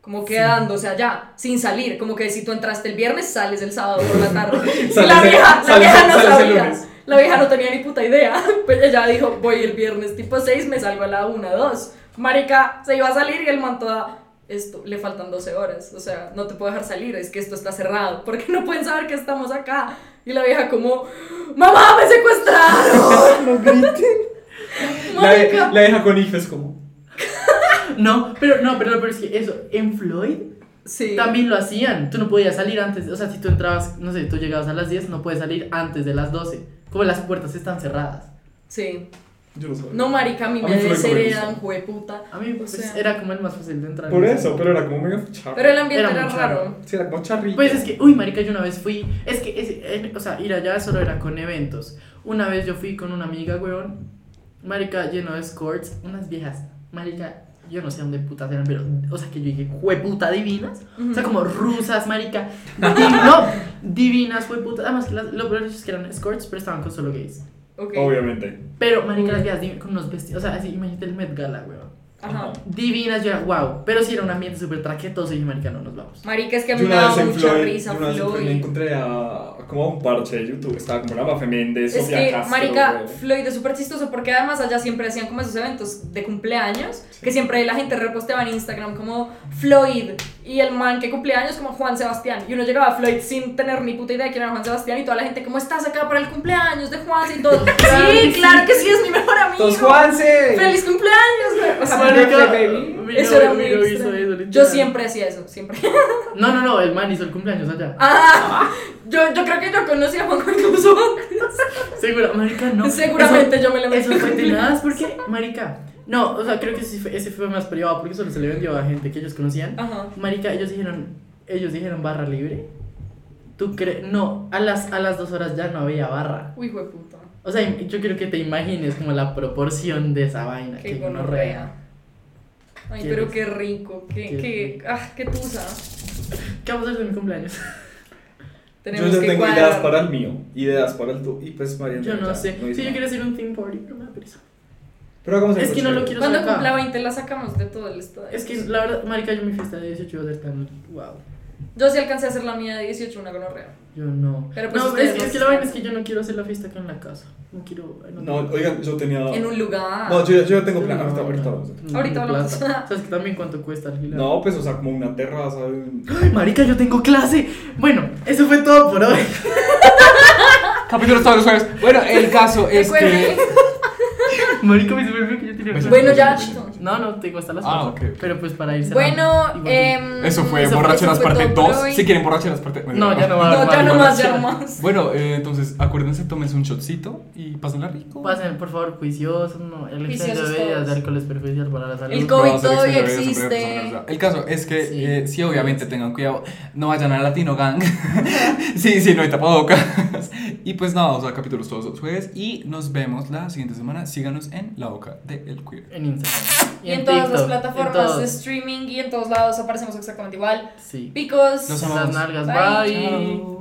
S4: como quedándose allá, sin salir, como que si tú entraste el viernes, sales el sábado por la
S5: [laughs]
S4: tarde. Y la
S5: Sales el-
S4: vieja, la
S5: sales-
S4: vieja no
S5: sales el
S4: sabía.
S5: lunes.
S4: [laughs] Pues La vieja no tenía ni puta idea, pero ella dijo, voy el viernes tipo 6, me salgo a la 1, 2. Marica, se iba a salir y el man toda. Esto, le faltan 12 horas, o sea, no te puedo dejar salir, es que esto está cerrado, porque no pueden saber que estamos acá. Y la vieja como, mamá, me secuestraron.
S5: No griten.
S4: Marica.
S5: [laughs] La, la deja con hijos como.
S2: No, pero no, pero, pero es que eso, en Floyd
S4: Sí.
S2: también lo hacían. Tú no podías salir antes, o sea, si tú entrabas, no sé, tú llegabas a las 10, no puedes salir antes de las 12. Como las puertas están cerradas.
S4: Sí.
S5: Yo lo sabía.
S4: No, marica, a mí
S5: A
S4: me
S5: mí fue
S4: desheredan,
S5: como
S4: jueputa.
S2: A mí pues,
S4: sea.
S2: era como el más fácil de entrar.
S5: Por eso, pero era como mega charro.
S4: Pero el ambiente
S2: Era
S4: era,
S2: muy
S4: raro.
S5: Sí, era como charrito.
S2: Pues es que, uy, marica, yo una vez fui, es que, es- eh, o sea, ir allá solo era con eventos. Una vez yo fui con una amiga, weón, marica, lleno de escorts, unas viejas, marica, yo no sé dónde putas eran, pero, o sea, que yo dije, jueputa divinas, o sea, como rusas,
S4: [laughs]
S2: marica, divi- no, divinas, jueputa, además que las, lo peor es que eran escorts, pero estaban con solo gays.
S4: Ok.
S5: Obviamente.
S2: Pero, marica, las viejas divi- con unos vestidos, o sea, así, imagínate el Met Gala, weón.
S4: Ajá.
S2: Divinas, yo era, wow, pero sí era un ambiente súper traquetoso y dije, marica, no nos vamos.
S4: Marica, es que a
S5: Yo
S4: mí me
S5: una
S4: daba
S5: vez en
S4: mucha
S5: Floyd,
S4: risa
S5: yo una vez en Floyd me
S4: Floyd.
S5: encontré a, como a un parche de YouTube. Estaba como la Mafe Méndez,
S4: Es
S5: Sofía
S4: que,
S5: Castro.
S4: marica,
S5: güey.
S4: Floyd es súper chistoso porque además allá siempre hacían como esos eventos de cumpleaños que siempre la gente reposteaba en Instagram como Floyd y el man que cumplía años como Juan Sebastián y uno llegaba a Floyd sin tener ni puta idea de quién era Juan Sebastián y toda la gente como estás acá para el cumpleaños de Juan y todo sí, [laughs] claro que sí, es mi mejor amigo
S7: Entonces, Juanse.
S4: ¡Feliz cumpleaños! güey". O sea,
S2: Marica,
S7: baby.
S2: mi
S4: eso
S2: novio-
S4: era muy
S2: mi novio hizo
S4: extraño.
S2: eso,
S4: Yo
S2: literal.
S4: siempre hacía eso, siempre
S2: No, no, no, el man hizo el cumpleaños allá.
S4: Ah, yo, yo creo que yo conocí a Juan Carlos
S2: Seguro, marica, no.
S4: Ah. Seguramente yo me lo metí
S2: Eso, eso fue
S4: en la-
S2: tenaz, porque, marica, no, o sea, creo que ese fue, ese fue más privado, porque solo se le vendió a gente que ellos conocían.
S4: Ajá.
S2: Marica, ellos dijeron, ellos dijeron barra libre. ¿Tú crees? No, a las, a las dos horas ya no había barra.
S4: Uy, hueputa.
S2: O sea, im- yo quiero que te imagines como la proporción de esa vaina.
S4: Qué
S2: que no
S4: gonorrea. Ay,
S2: Qué
S4: pero
S2: rico.
S4: qué rico, qué,
S2: Qué
S4: qué, ah, qué tusa.
S2: ¿Qué vamos a hacer de mi cumpleaños?
S4: Tenemos
S5: yo ya
S4: que
S5: tengo
S4: cuadrar.
S5: ideas para el mío, ideas para el tuyo. Y pues, Mariana.
S2: Yo no
S5: ya,
S2: sé.
S5: hice
S2: sí, yo
S5: nada.
S2: quiero hacer un team party, pero me da pereza.
S5: Pero hagamos
S2: Es
S5: algo
S2: que no lo
S5: chévere.
S2: quiero
S4: Cuando
S2: hacer acá.
S4: cumpla 20 la sacamos de todo el estado.
S2: Es que la verdad, marica, yo mi fiesta de 18 iba a ser tan wow.
S4: Yo sí alcancé a hacer la mía de 18, una gonorrea.
S2: Yo no.
S4: Pero pues
S2: no,
S4: ustedes
S2: es, es
S4: no
S2: que
S4: se
S2: la vaina
S4: cansan.
S2: es que yo no quiero hacer la fiesta acá en la casa. No quiero. ay,
S5: No, oigan, yo tenía.
S4: En un lugar.
S5: No, yo, yo ya tengo
S2: No,
S5: plan. Ahorita,
S2: no,
S5: ahorita
S2: no,
S5: vamos.
S2: no,
S4: Ahorita
S2: no
S4: hablamos.
S2: plata. ¿Sabes que también cuánto cuesta alquilar?
S5: No, pues, o sea, como una terraza. un-
S2: Ay, marica, yo tengo clase. Bueno, eso fue todo por hoy.
S3: Capítulos todos los jueves. Bueno, el caso es
S4: Recuerden-
S3: que.
S2: [laughs] Marica, me superfió que yo tenía clase.
S4: Bueno, ya, chito.
S2: No, no, tengo hasta las
S1: Ah,
S2: cuatro.
S1: ok, ok.
S2: Pero pues para irse.
S4: Bueno, eh,
S1: Eso fue
S4: eso
S1: Borracheras
S4: eso fue
S1: parte
S4: todo por
S1: 2.
S4: hoy.
S1: Si quieren Borracheras parte
S2: No, ya no va a haber
S4: No, ya
S2: más
S4: no más, ya no
S2: borracheras.
S4: más.
S1: Bueno, eh, entonces acuérdense, tómense un shotcito y pásenla rico.
S2: Pasen, por favor, juiciosos. No, el exceso
S4: Juiciosos
S2: de bebidas de
S4: todos.
S2: alcohol es perjudicial para la salud.
S4: El COVID
S1: Todas las
S4: todavía
S1: elecciones de
S4: existe.
S1: redes son reales. El caso es que
S2: Sí.
S1: sí, sí obviamente tengan cuidado, no vayan a Latino Gang. [laughs] sí, sí, no hay tapabocas. y pues nada, o sea, capítulos todos los jueves y nos vemos la siguiente semana. Síganos en la boca del El Queer.
S2: En Instagram.
S4: Y en todas las
S2: TikTok, en
S4: plataformas
S2: todos.
S4: de streaming y en todos lados aparecemos exactamente igual.
S2: Sí.
S4: Picos.
S1: Los
S2: Las
S1: amamos.
S2: nalgas.
S4: Bye.
S2: Bye.
S1: Chao.